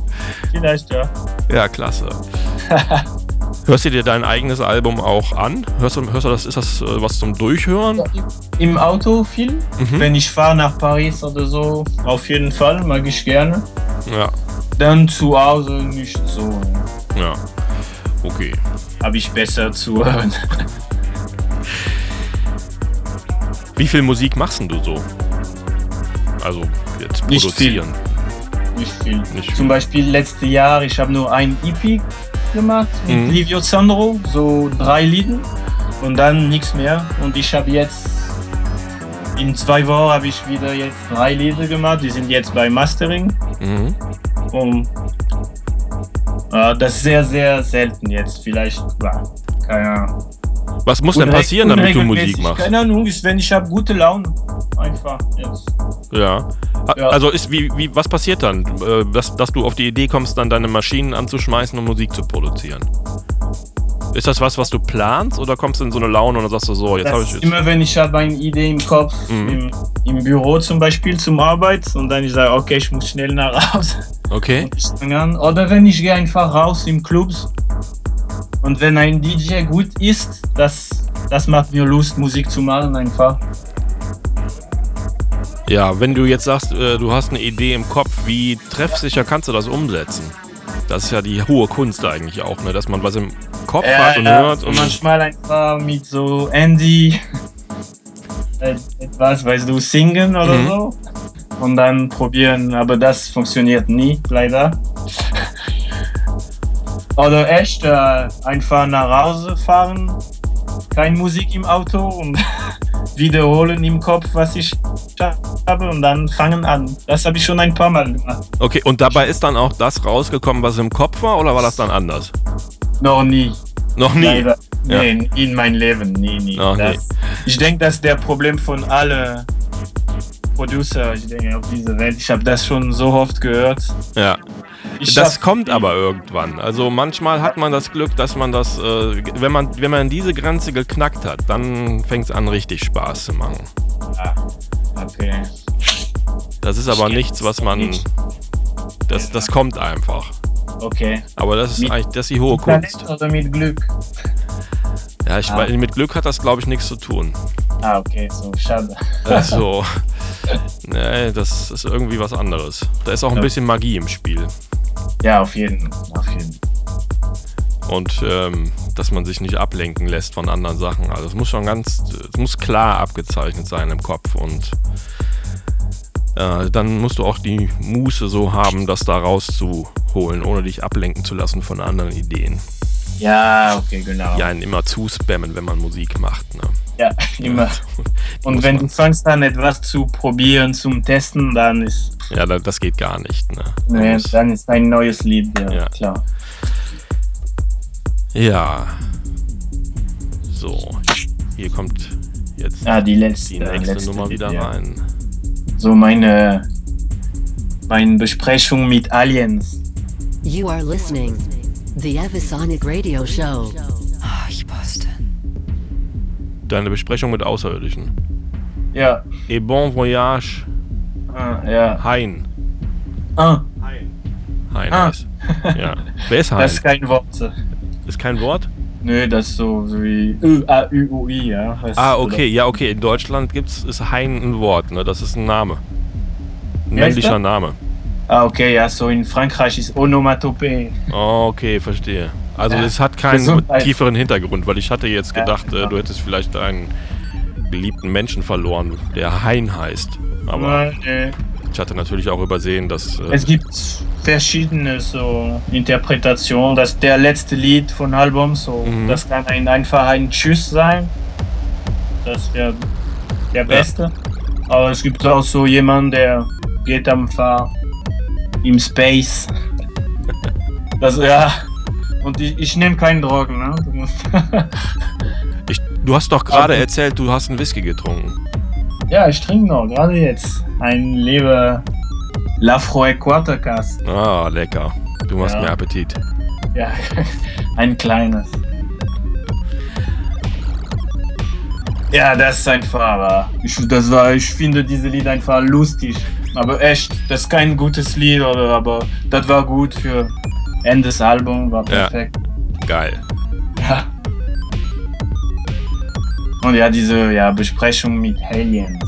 vielleicht ja.
Ja, klasse. Hörst du dir dein eigenes Album auch an? Hörst du, hörst du das, ist das äh, was zum Durchhören?
Im Auto viel,
Mhm.
wenn ich fahre nach Paris oder so, auf jeden Fall, mag ich gerne.
Ja,
Dann zu Hause nicht so.
ja. Okay.
Habe ich besser zu hören.
Wie viel Musik machst denn du so? Also jetzt
Nicht
produzieren.
Nicht viel.
Nicht viel.
Zum Beispiel letztes Jahr, ich habe nur ein EP gemacht mit
Mhm.
Livio Sandro, so drei Lieder und dann nichts mehr. Und ich habe jetzt, in zwei Wochen habe ich wieder jetzt drei Lieder gemacht, die sind jetzt bei Mastering.
Mhm.
Und, äh, das ist sehr, sehr selten jetzt, vielleicht, ja, keine Ahnung.
Was muss denn
Unre-
passieren, damit du
unregelmäßig.
Musik machst?
Keine Ahnung, ist, wenn ich habe gute Laune, einfach jetzt.
Ja. Ha-
Ja.
Also ist wie, wie was passiert dann, äh, dass, dass du auf die Idee kommst, dann deine Maschinen anzuschmeißen und Musik zu produzieren? Ist das was, was du planst oder kommst du in so eine Laune und dann sagst du so, jetzt habe
Das
ich
ist immer, wenn ich habe eine Idee im Kopf,
Mhm.
im, im Büro zum Beispiel zum Arbeit und dann ich sage, okay, ich muss schnell nach Hause
Okay.
und ich fange an. Oder wenn ich gehe einfach raus im Clubs und wenn ein DJ gut ist, das, das macht mir Lust, Musik zu machen einfach.
Ja, wenn du jetzt sagst, äh, du hast eine Idee im Kopf, wie treffsicher kannst du das umsetzen? Das ist ja die hohe Kunst eigentlich auch, ne? dass man was im Kopf hat und hört. Und
Äh, manchmal einfach mit so Andy et- etwas, weißt du, singen oder
Mhm.
so und dann probieren, aber das funktioniert nie, leider. Oder echt äh, einfach nach Hause fahren, keine Musik im Auto und wiederholen im Kopf, was ich habe und dann fangen an. Das habe ich schon ein paar Mal gemacht.
okay, und dabei ist dann auch das rausgekommen, was im Kopf war, oder war das dann anders?
Noch nie.
Noch nie.
Leider.
Ja.
Nein, in mein Leben. Nee, nee.
Ach, nee.
das, Ich denke, das ist der Problem von alle Producer, ich denke, auf dieser Welt. Ich habe das schon so oft gehört.
Ja.
Ich
Das
hab-
kommt aber irgendwann. Also manchmal hat man das Glück, dass man das, äh, wenn man, wenn man diese Grenze geknackt hat, dann fängt es an, richtig Spaß zu machen.
Ah, Okay.
Das ist aber
Stimmt,
nichts, was man.
nicht.
Das, das kommt einfach.
Okay.
Aber das ist
Mit-
eigentlich das ist die hohe Kunst.
Talent oder mit Glück?
Ja, ich,
Ah.
weiß, mit Glück hat das, glaube ich, nichts zu tun.
Ah, okay, so, schade.
Also, nee, das ist irgendwie was anderes. Da ist auch ein
Ja.
bisschen Magie im Spiel.
Ja, auf jeden Auf jeden
Und ähm, dass man sich nicht ablenken lässt von anderen Sachen. Also es muss schon ganz, es muss klar abgezeichnet sein im Kopf. Und äh, dann musst du auch die Muße so haben, das da rauszuholen, ohne dich ablenken zu lassen von anderen Ideen.
Ja, okay, genau.
Ja, einen immer zuspammen, wenn man Musik macht. Ne?
Ja, immer. Und
muss
wenn
man-
du fängst an, etwas zu probieren, zum Testen, dann ist,
Ja, da- das geht gar nicht. Ne?
ne,
Das-
dann ist ein neues Lied, ja,
Ja.
klar.
Ja. So, hier kommt jetzt
Ah, die letzte,
die nächste
letzte
Nummer wieder
ja.
rein.
So meine, meine Besprechung mit Aliens.
You are listening. The Evisonic Radio Show.
Ah, ich Boston.
Deine Besprechung mit Außerirdischen.
Ja,
Et bon voyage,
ah, ja.
Hein.
Ah,
Hein
Ah.
heißt. Ja. Wer ist Hein?
das ist kein Wort.
ist kein Wort?
Nö, das ist so wie Ö, A, Ü, U, I, ja. Das-
Ah, okay, ja, okay. In Deutschland gibt's, ist Hein ein Wort, ne? Das ist ein Name. Ein
Ja, ist
männlicher
das?
Name.
Ah, okay, ja, so in Frankreich ist Onomatopee.
Oh, okay, verstehe. Also
Ja,
es hat keinen
Gesundheit.
tieferen Hintergrund, weil ich hatte jetzt
Ja,
gedacht, äh,
genau.
du hättest vielleicht einen geliebten Menschen verloren, der Hein heißt. Aber
Äh,
ich hatte natürlich auch übersehen, dass... Äh,
es gibt verschiedene so Interpretationen, dass der letzte Lied von Album, so
Mhm.
das kann ein, einfach ein Tschüss sein. Das wäre der Beste. Aber es gibt auch so jemanden, der geht am Fahr im Space. Das ja. Und ich, ich nehme keine Drogen, ne? Du musst
ich, du hast doch gerade
Aber-
erzählt, du hast einen Whisky getrunken.
Ja, ich trinke noch, gerade jetzt. Ein lieber Lafroy Quartercast.
Ah, lecker. Du machst
Ja.
mir Appetit.
Ja, ein kleines. Ja, das ist einfach, aber ich, das war, ich finde diese Lied einfach lustig. Aber echt, das ist kein gutes Lied, oder, aber das war gut für Ende des Albums, war
Ja.
perfekt.
Geil.
Ja. Und ja, diese ja, Besprechung mit Aliens.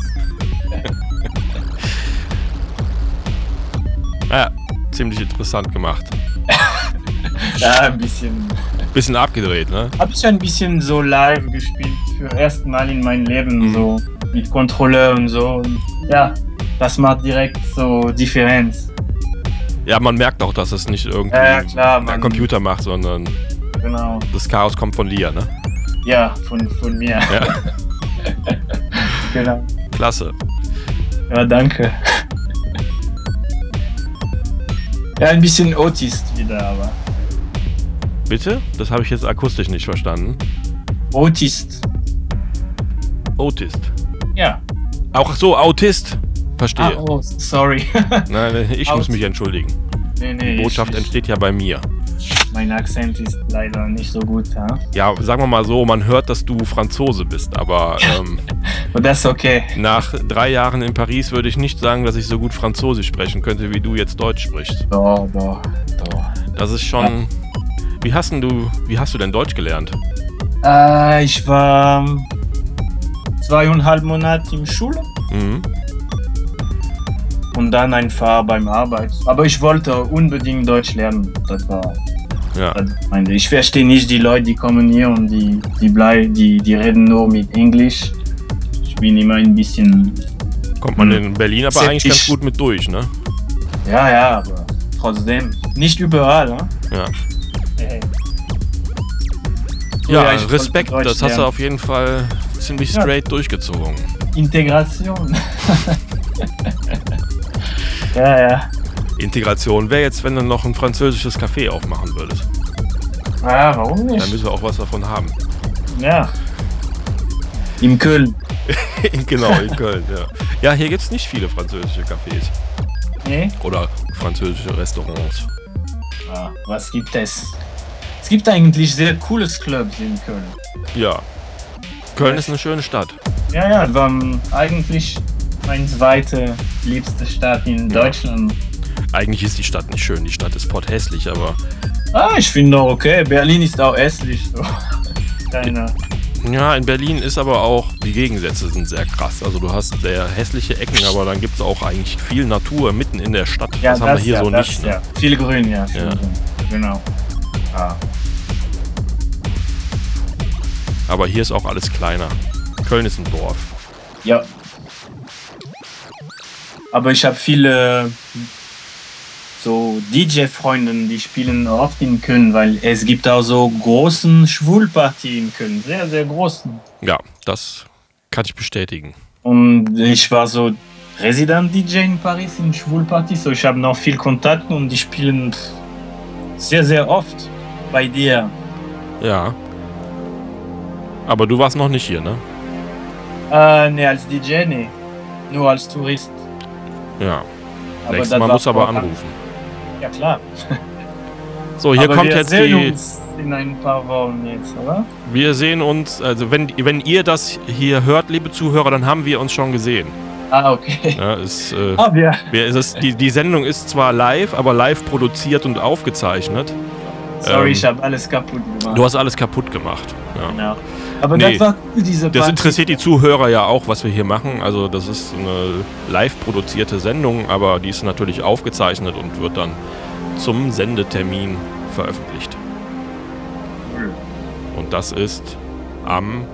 Ja, ziemlich interessant gemacht.
Ja, ein bisschen
Bisschen abgedreht, ne?
Hab ich ein bisschen so live gespielt für erst Mal in meinem Leben,
Mhm.
so mit Controller und so. Und ja, das macht direkt so Differenz.
Ja, man merkt auch, dass es nicht irgendwie
Ja, ja, klar,
der
Äh, man-
Computer macht, sondern
Genau.
das Chaos kommt von dir, ne?
Ja, von, von mir.
Ja,
Genau.
klasse.
Ja, danke. Ja, ein bisschen Autist wieder, aber.
Bitte? Das habe ich jetzt akustisch nicht verstanden.
Autist.
Autist.
Ja.
Auch so, Autist.
Ah,
Verstehe.
oh, sorry.
Nein, ich muss
Autist.
mich entschuldigen.
nee, nee,
Die Botschaft
ich, ich,
entsteht ja bei mir.
Mein Akzent ist leider nicht so gut, ha?
Ja, sagen wir mal so, man hört, dass du Franzose bist, aber ähm,
Aber das ist okay.
nach drei Jahren in Paris würde ich nicht sagen, dass ich so gut Französisch sprechen könnte, wie du jetzt Deutsch sprichst.
Doch, doch, doch.
Das ist schon. Wie hast denn du, wie hast du denn Deutsch gelernt?
Äh, ich war ähm, zweieinhalb Monate in Schule
Mhm.
und dann einfach beim Arbeit. Aber ich wollte unbedingt Deutsch lernen. Das war,
Ja.
das war meine. Ich verstehe nicht die Leute, die kommen hier und die, die bleiben, die, die reden nur mit Englisch. Ich bin immer ein bisschen,
Kommt man
Mhm.
in Berlin aber
Sehr
eigentlich ganz
ich-
gut mit durch, ne?
ja, ja, aber trotzdem nicht überall. Ne?
Ja.
Äh, so,
Ja,
ich wollte
Respekt,
Deutsch
das hast du
lernen.
auf jeden Fall ziemlich
Ja.
straight durchgezogen.
Integration. ja, ja.
Integration wäre jetzt, wenn du noch ein französisches Café aufmachen würdest.
Ah, warum
Dann
nicht?
müssen wir auch was davon haben.
Ja. Im Köln.
genau, in Köln, ja. Ja, hier gibt es nicht viele französische Cafés
Nee?
oder französische Restaurants.
Ah, was gibt es? Es gibt eigentlich sehr cooles Clubs in Köln.
Ja. Köln ist eine schöne Stadt.
Ja, ja, das war ähm, eigentlich meine zweite liebste Stadt in Deutschland.
Eigentlich ist die Stadt nicht schön, die Stadt ist potthässlich, aber
Ah, ich finde auch okay. Berlin ist auch hässlich. So. Keine.
ja, in Berlin ist aber auch, die Gegensätze sind sehr krass. Also du hast sehr hässliche Ecken, aber dann gibt es auch eigentlich viel Natur mitten in der Stadt.
Ja,
das haben wir hier
ja,
so
das,
nicht. Ne?
Ja. Viel Grün, ja. Viel
Ja.
Grün. Genau. Ah.
Aber hier ist auch alles kleiner. Köln ist ein Dorf.
Ja. Aber ich habe viele so DJ-Freunden, die spielen oft in Köln, weil es gibt auch so großen Schwulparty in Köln, sehr, sehr großen.
Ja, das kann ich bestätigen.
Und ich war so Resident DJ in Paris in Schwulparty, so ich habe noch viel Kontakt und die spielen pff, sehr, sehr oft bei dir.
Ja. Aber du warst noch nicht hier, ne?
Äh, ne, als DJ, ne. Nur als Tourist.
Ja.
Aber
Nächstes
das
Mal
war
musst du aber
vor-
anrufen.
Ja, klar.
So, hier
Aber
kommt
wir
jetzt
sehen
die.
uns in ein paar Wochen jetzt, oder?
Wir sehen uns, also wenn, wenn ihr das hier hört, liebe Zuhörer, dann haben wir uns schon gesehen.
Ah, okay.
Ja, ist, äh,
Ah, wir.
wir, es ist, die, die Sendung ist zwar live, aber live produziert und aufgezeichnet.
Sorry,
Ähm,
ich habe alles kaputt gemacht.
Du hast alles kaputt gemacht. Ja.
ja. Aber
Nee.
das war cool, diese
Das
Party.
interessiert die Zuhörer ja auch, was wir hier machen. Also das ist eine live produzierte Sendung, aber die ist natürlich aufgezeichnet und wird dann zum Sendetermin veröffentlicht. Und das ist am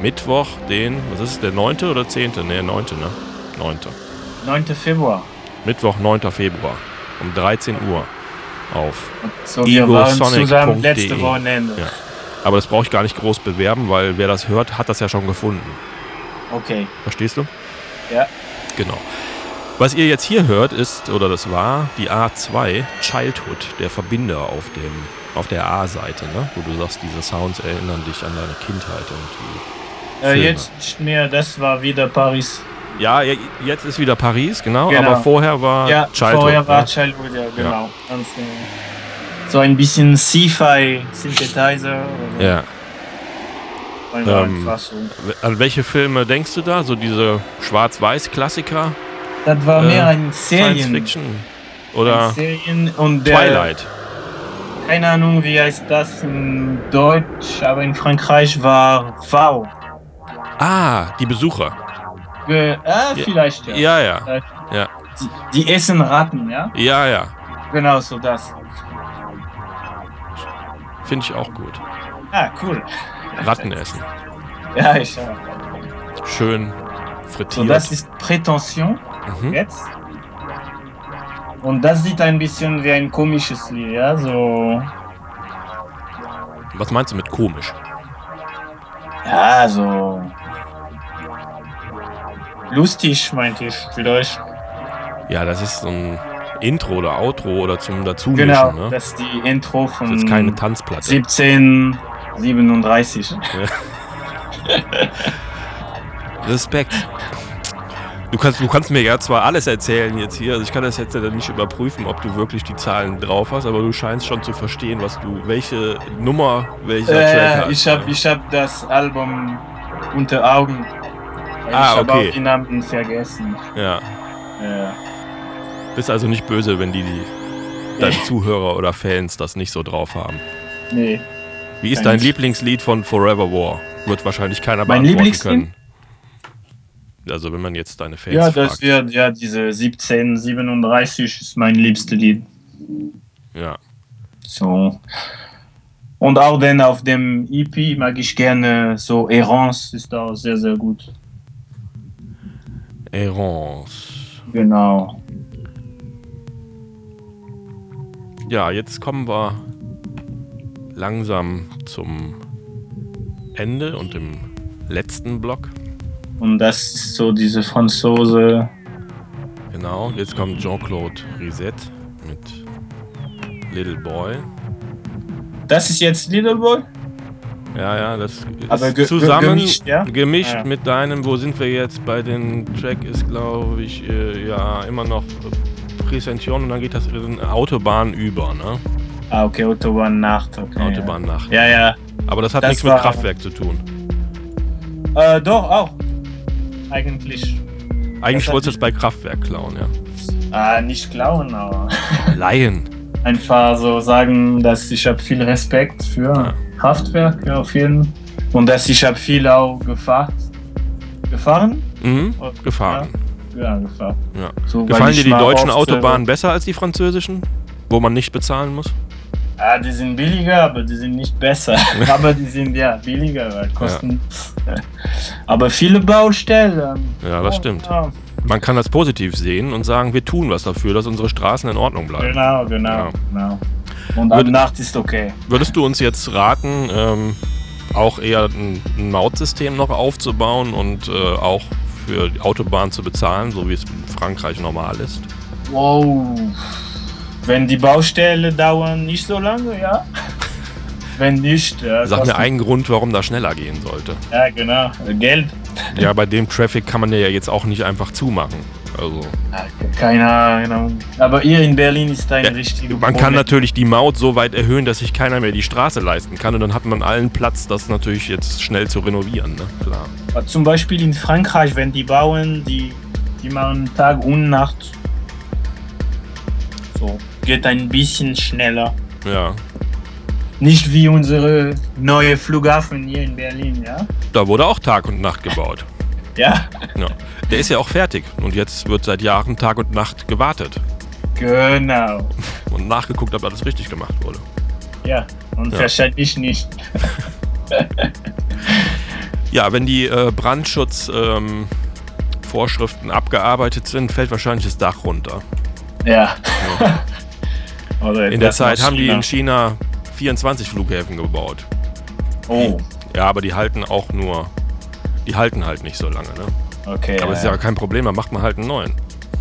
Mittwoch, den, was ist es, der 9. oder 10.? Ne, 9. ne? 9.
9. Februar.
Mittwoch, 9. Februar um 13 Uhr auf.
So, wir waren zusammen
igosonic.de.
letzte Wochenende.
E. Ja. Aber das brauche ich gar nicht groß bewerben, weil wer das hört, hat das ja schon gefunden.
Okay.
Verstehst du?
Ja.
Genau. Was ihr jetzt hier hört, ist, oder das war, die A2 Childhood, der Verbinder auf, dem, auf der A-Seite, ne? wo du sagst, diese Sounds erinnern dich an deine Kindheit. Und
Äh,
Filme.
jetzt nicht mehr, das war wieder Paris.
die ja, je- jetzt ist wieder Paris, genau,
Genau.
aber vorher war
ja,
Childhood.
vorher war
ne?
Childhood, ja, genau. Ganz, äh, so ein bisschen Sci-Fi, Synthesizer. oder
Ja.
wollen wir
ähm,
einfach so.
An welche Filme denkst du da? So diese Schwarz-Weiß-Klassiker?
Das war
äh,
mehr ein
Science
Serien.
Fiction? Oder
Serien und der,
Twilight?
Keine Ahnung, wie heißt das in Deutsch, aber in Frankreich war V.
Ah, die Besucher.
Ge ah,
Ja,
vielleicht ja.
Ja, ja. ja.
Die, die essen Ratten, ja?
Ja, ja.
Genau so das.
Finde ich auch gut.
Ah, cool.
Ratten essen.
Ja, ich auch.
Schön
So,
frittiert.
das ist Prätension
mhm.
jetzt. Und das sieht ein bisschen wie ein komisches Lied, ja? So.
Was meinst du mit komisch?
Ja, so. Lustig, meinte ich, vielleicht.
Ja, das ist so ein Intro oder Outro oder zum Dazumischen.
Genau,
ne? das
das ist die Intro
ist
von
jetzt keine Tanzplatte.
1737.
Respekt. Du kannst, du kannst mir ja zwar alles erzählen jetzt hier, also ich kann das jetzt ja nicht überprüfen, ob du wirklich die Zahlen drauf hast, aber du scheinst schon zu verstehen, was du, welche Nummer welcher Track
Äh,
hat. ne?
ich habe ich hab das Album unter Augen. Weil
Ah,
ich habe
okay.
auch die Namen vergessen.
Ja.
Äh,
Bist also nicht böse, wenn die, die deine Zuhörer oder Fans das nicht so drauf haben.
nee.
Wie ist
Kein
dein
Mensch.
Lieblingslied von Forever War? Wird wahrscheinlich keiner
Mein
beantworten
Lieblingslied?
können. Also wenn man jetzt deine Fans
Ja,
fragt.
das wird ja diese 1737 ist mein liebstes Lied.
ja.
So. Und auch denn auf dem EP mag ich gerne so Errance ist auch sehr, sehr gut.
Errance.
Genau.
Ja, jetzt kommen wir langsam zum Ende und im letzten Block.
Und das ist so diese Franzose.
Genau, jetzt kommt Jean-Claude Risette mit Little Boy.
Das ist jetzt Little Boy?
Ja, ja, das
Aber
ist
ge- ge-
zusammen gemischt,
gemischt, ja? Ah, ja.
mit deinem, wo sind wir jetzt bei den Track ist glaube ich äh, ja immer noch äh, Präsentation und dann geht das in Autobahn über, ne?
Ah, okay, Autobahn Nacht. Okay,
Autobahn nach.
Ja, ja.
Aber das hat
Das
nichts mit
war-
Kraftwerk zu tun.
Äh, doch, auch. Eigentlich.
Eigentlich
hat
wolltest du es bei Kraftwerk klauen, ja.
Äh, nicht klauen, aber
Laien.
einfach so sagen, dass ich habe viel Respekt für Kraftwerk ja, auf jeden und dass ich habe viel auch gefahren. Gefahren?
Mhm. Gefahren.
Ja, gefahren.
Ja.
So, weil
Gefallen
ich
dir die
mal
deutschen
oft, äh,
Autobahnen besser als die französischen, wo man nicht bezahlen muss?
Äh, ah, die sind billiger, aber die sind nicht besser. aber die sind ja billiger, weil kosten. aber viele Baustellen.
Ja, das stimmt.
Ja,
Man kann das positiv sehen und sagen, wir tun was dafür, dass unsere Straßen in Ordnung bleiben.
Genau, genau,
Ja.
genau. Und ab
Würde-
Nacht ist okay.
Würdest du uns jetzt raten, ähm, auch eher ein, ein Mautsystem noch aufzubauen und äh, auch für die Autobahn zu bezahlen, so wie es in Frankreich normal ist?
Wow. Wenn die Baustelle dauern nicht so lange, ja. Wenn nicht, ja,
Sag mir
kostet-
einen Grund, warum das schneller gehen sollte.
ja genau, Geld.
Ja, bei dem Traffic kann man ja jetzt auch nicht einfach zumachen. Also,
Keine Ahnung. Aber hier in Berlin ist ein
Ja,
richtiger
man kann
Problem.
natürlich die Maut so weit erhöhen, dass sich keiner mehr die Straße leisten kann und dann hat man allen Platz, das natürlich jetzt schnell zu renovieren. Ne? Klar.
Zum Beispiel in Frankreich, wenn die bauen, die, die machen Tag und Nacht. So, geht ein bisschen schneller.
Ja,
Nicht wie unsere neue Flughafen hier in Berlin, ja?
da wurde auch Tag und Nacht gebaut.
Ja,
Ja. Der ist ja auch fertig und jetzt wird seit Jahren Tag und Nacht gewartet
genau.
und nachgeguckt, ob alles richtig gemacht wurde.
Ja, und
Ja.
wahrscheinlich nicht.
Ja, wenn die äh, Brandschutzvorschriften ähm, Vorschriften abgearbeitet sind, fällt wahrscheinlich das Dach runter.
Ja. Oder
In der
etwas noch
Zeit haben die in
schlimmer.
China 24 Flughäfen gebaut.
Oh,
Ja, aber die halten auch nur. Die halten halt nicht so lange, ne?
okay.
Aber es ist ja kein Problem, dann macht man halt einen neuen.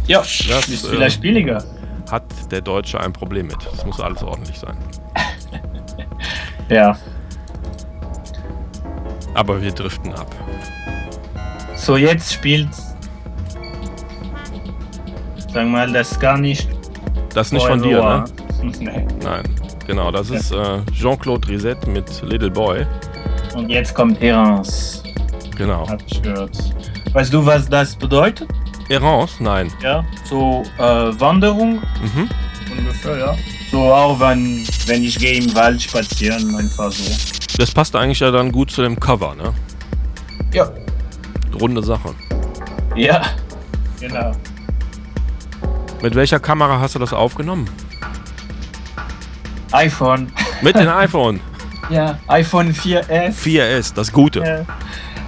ja,
das,
ist
äh,
vielleicht billiger.
Hat der Deutsche ein Problem mit. Es muss alles ordentlich sein.
Ja.
Aber wir driften ab.
So, jetzt spielt. Sag mal, das gar nicht.
Das ist nicht von dir, ne?
ne?
Nein. Genau, das ist äh, Jean-Claude Risette mit Little Boy.
Und jetzt kommt Erans.
Genau.
Hab ich gehört. Weißt du, was das bedeutet?
Errance? Nein.
Ja. So, äh, Wanderung
Mhm.
ungefähr, ja. So, auch wenn, wenn ich gehe im Wald spazieren, einfach so.
Das passt eigentlich ja dann gut zu dem Cover, ne?
Ja.
Runde Sache.
Ja. Genau.
Mit welcher Kamera hast du das aufgenommen?
iPhone.
Mit dem iPhone
Ja. iPhone 4S.
4S, das Gute.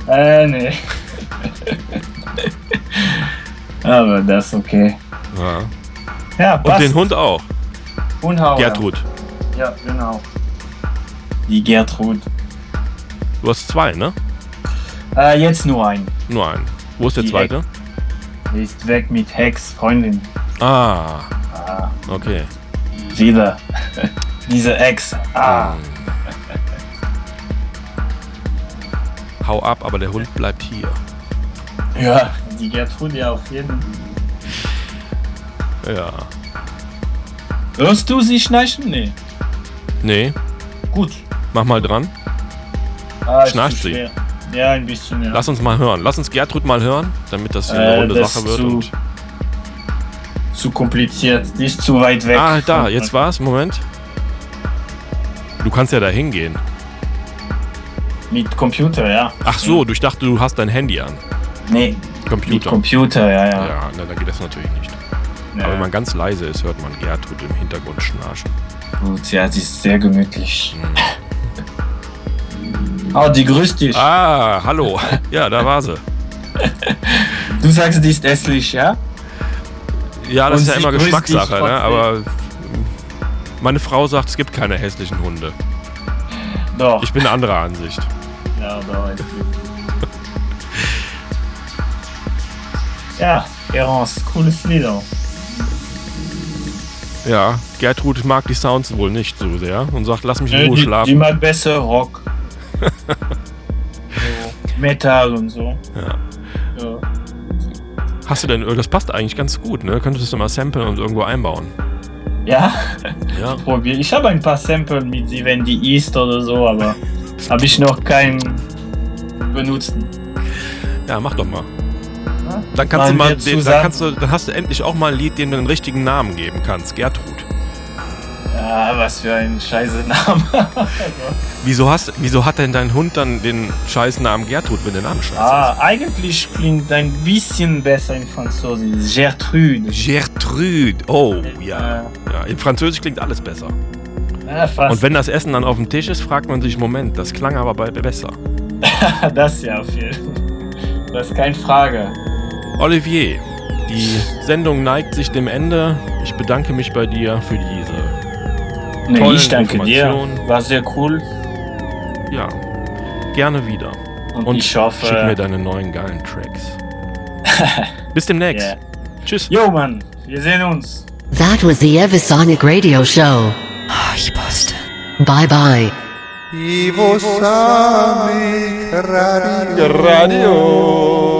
Ja. Äh, nee. Aber das ist okay.
Ja.
Ja,
Und
passt.
den Hund auch.
Hund Hauer.
Gertrud.
Oh, Ja, genau. Die Gertrud.
Du hast zwei, ne?
Äh, jetzt nur ein.
Nur einen. Wo ist der
Die
zweite?
Die ist weg mit Hex, Freundin.
Ah. Okay.
Wieder. Diese Ex. Ah.
Hau ab, aber der Hund bleibt hier.
Ja. Die Gertrud ja auf jeden Fall.
Ja.
Hörst du sie schnarchen? Nee.
Nee,
Gut.
mach mal dran.
Ah, ist
Schnarcht
zu
sie?
schwer. Ja, ein bisschen, ja.
Lass uns mal hören. Lass uns Gertrud mal hören, damit das hier eine
Äh,
runde
das
Sache wird.
zu-
Und
zu kompliziert. Die ist zu weit weg.
ah, da, jetzt war's. Moment. Du kannst ja da hingehen.
Mit Computer, ja.
Ach so, du ich dachte, du hast dein Handy an.
Nee. Mit
Computer.
Computer, ja, ja.
ja, na, dann geht das natürlich nicht.
ja.
Aber wenn man ganz leise ist, hört man Gertrud im Hintergrund schnarchen.
Gut, ja, sie ist sehr gemütlich.
Mhm.
Ah, die grüßt dich.
Ah, hallo. Ja, da war sie.
Du sagst, die ist hässlich, ja?
Ja, das
Und
ist ja
sie
immer
grüßt dich
Geschmackssache,
trotzdem.
ne? aber meine Frau sagt, es gibt keine hässlichen Hunde.
Doch.
Ich bin anderer Ansicht.
ja, doch. ist gut. ja, Erance, cooles Lied auch.
Ja, Gertrud mag die Sounds wohl nicht so sehr und sagt, lass mich in Ruhe
Äh, die, die
schlafen.
mag besser Rock. so, Metal und so.
Ja.
Ja.
Hast du denn, das passt eigentlich ganz gut, ne? Könntest du mal samplen und irgendwo einbauen.
Ja,
Ja.
probier. Ich habe ein paar Sample mit sie, wenn die East oder so, aber habe ich noch keinen benutzt.
Ja, mach doch mal.
Ja.
Dann kannst du
Machen
mal,
wir
den, dann
zusammen.
kannst du, dann hast du endlich auch mal ein Lied, dem du den richtigen Namen geben kannst. Gertrud.
Ja, was für ein scheiße Name.
Wieso hast, wieso hat denn dein Hund dann den scheiß Namen Gertrud, wenn der Name scheiße
ah, eigentlich klingt ein bisschen besser in Französisch. Gertrude.
ist? Gertrude. Oh, ja.
Äh,
ja. In Französisch klingt alles besser.
ja, Ah, fast.
Und wenn das Essen dann auf dem Tisch ist, fragt man sich, Moment, das klang aber bei- besser.
das ja viel. Das ist keine Frage.
Olivier, Die Sendung neigt sich dem Ende. Ich bedanke mich bei dir für diese.
Nee,
Tolle
ich danke dir.
Information.
War sehr cool.
Ja, gerne wieder.
Und,
Und
ich hoffe.
schick mir deine neuen geilen Tracks. Bis demnächst.
Yeah.
Tschüss.
Jo, Mann, wir sehen uns.
That was the Evisonic Radio Show.
Ich Boston.
Bye bye.
Ivo Sonic Radio. Radio.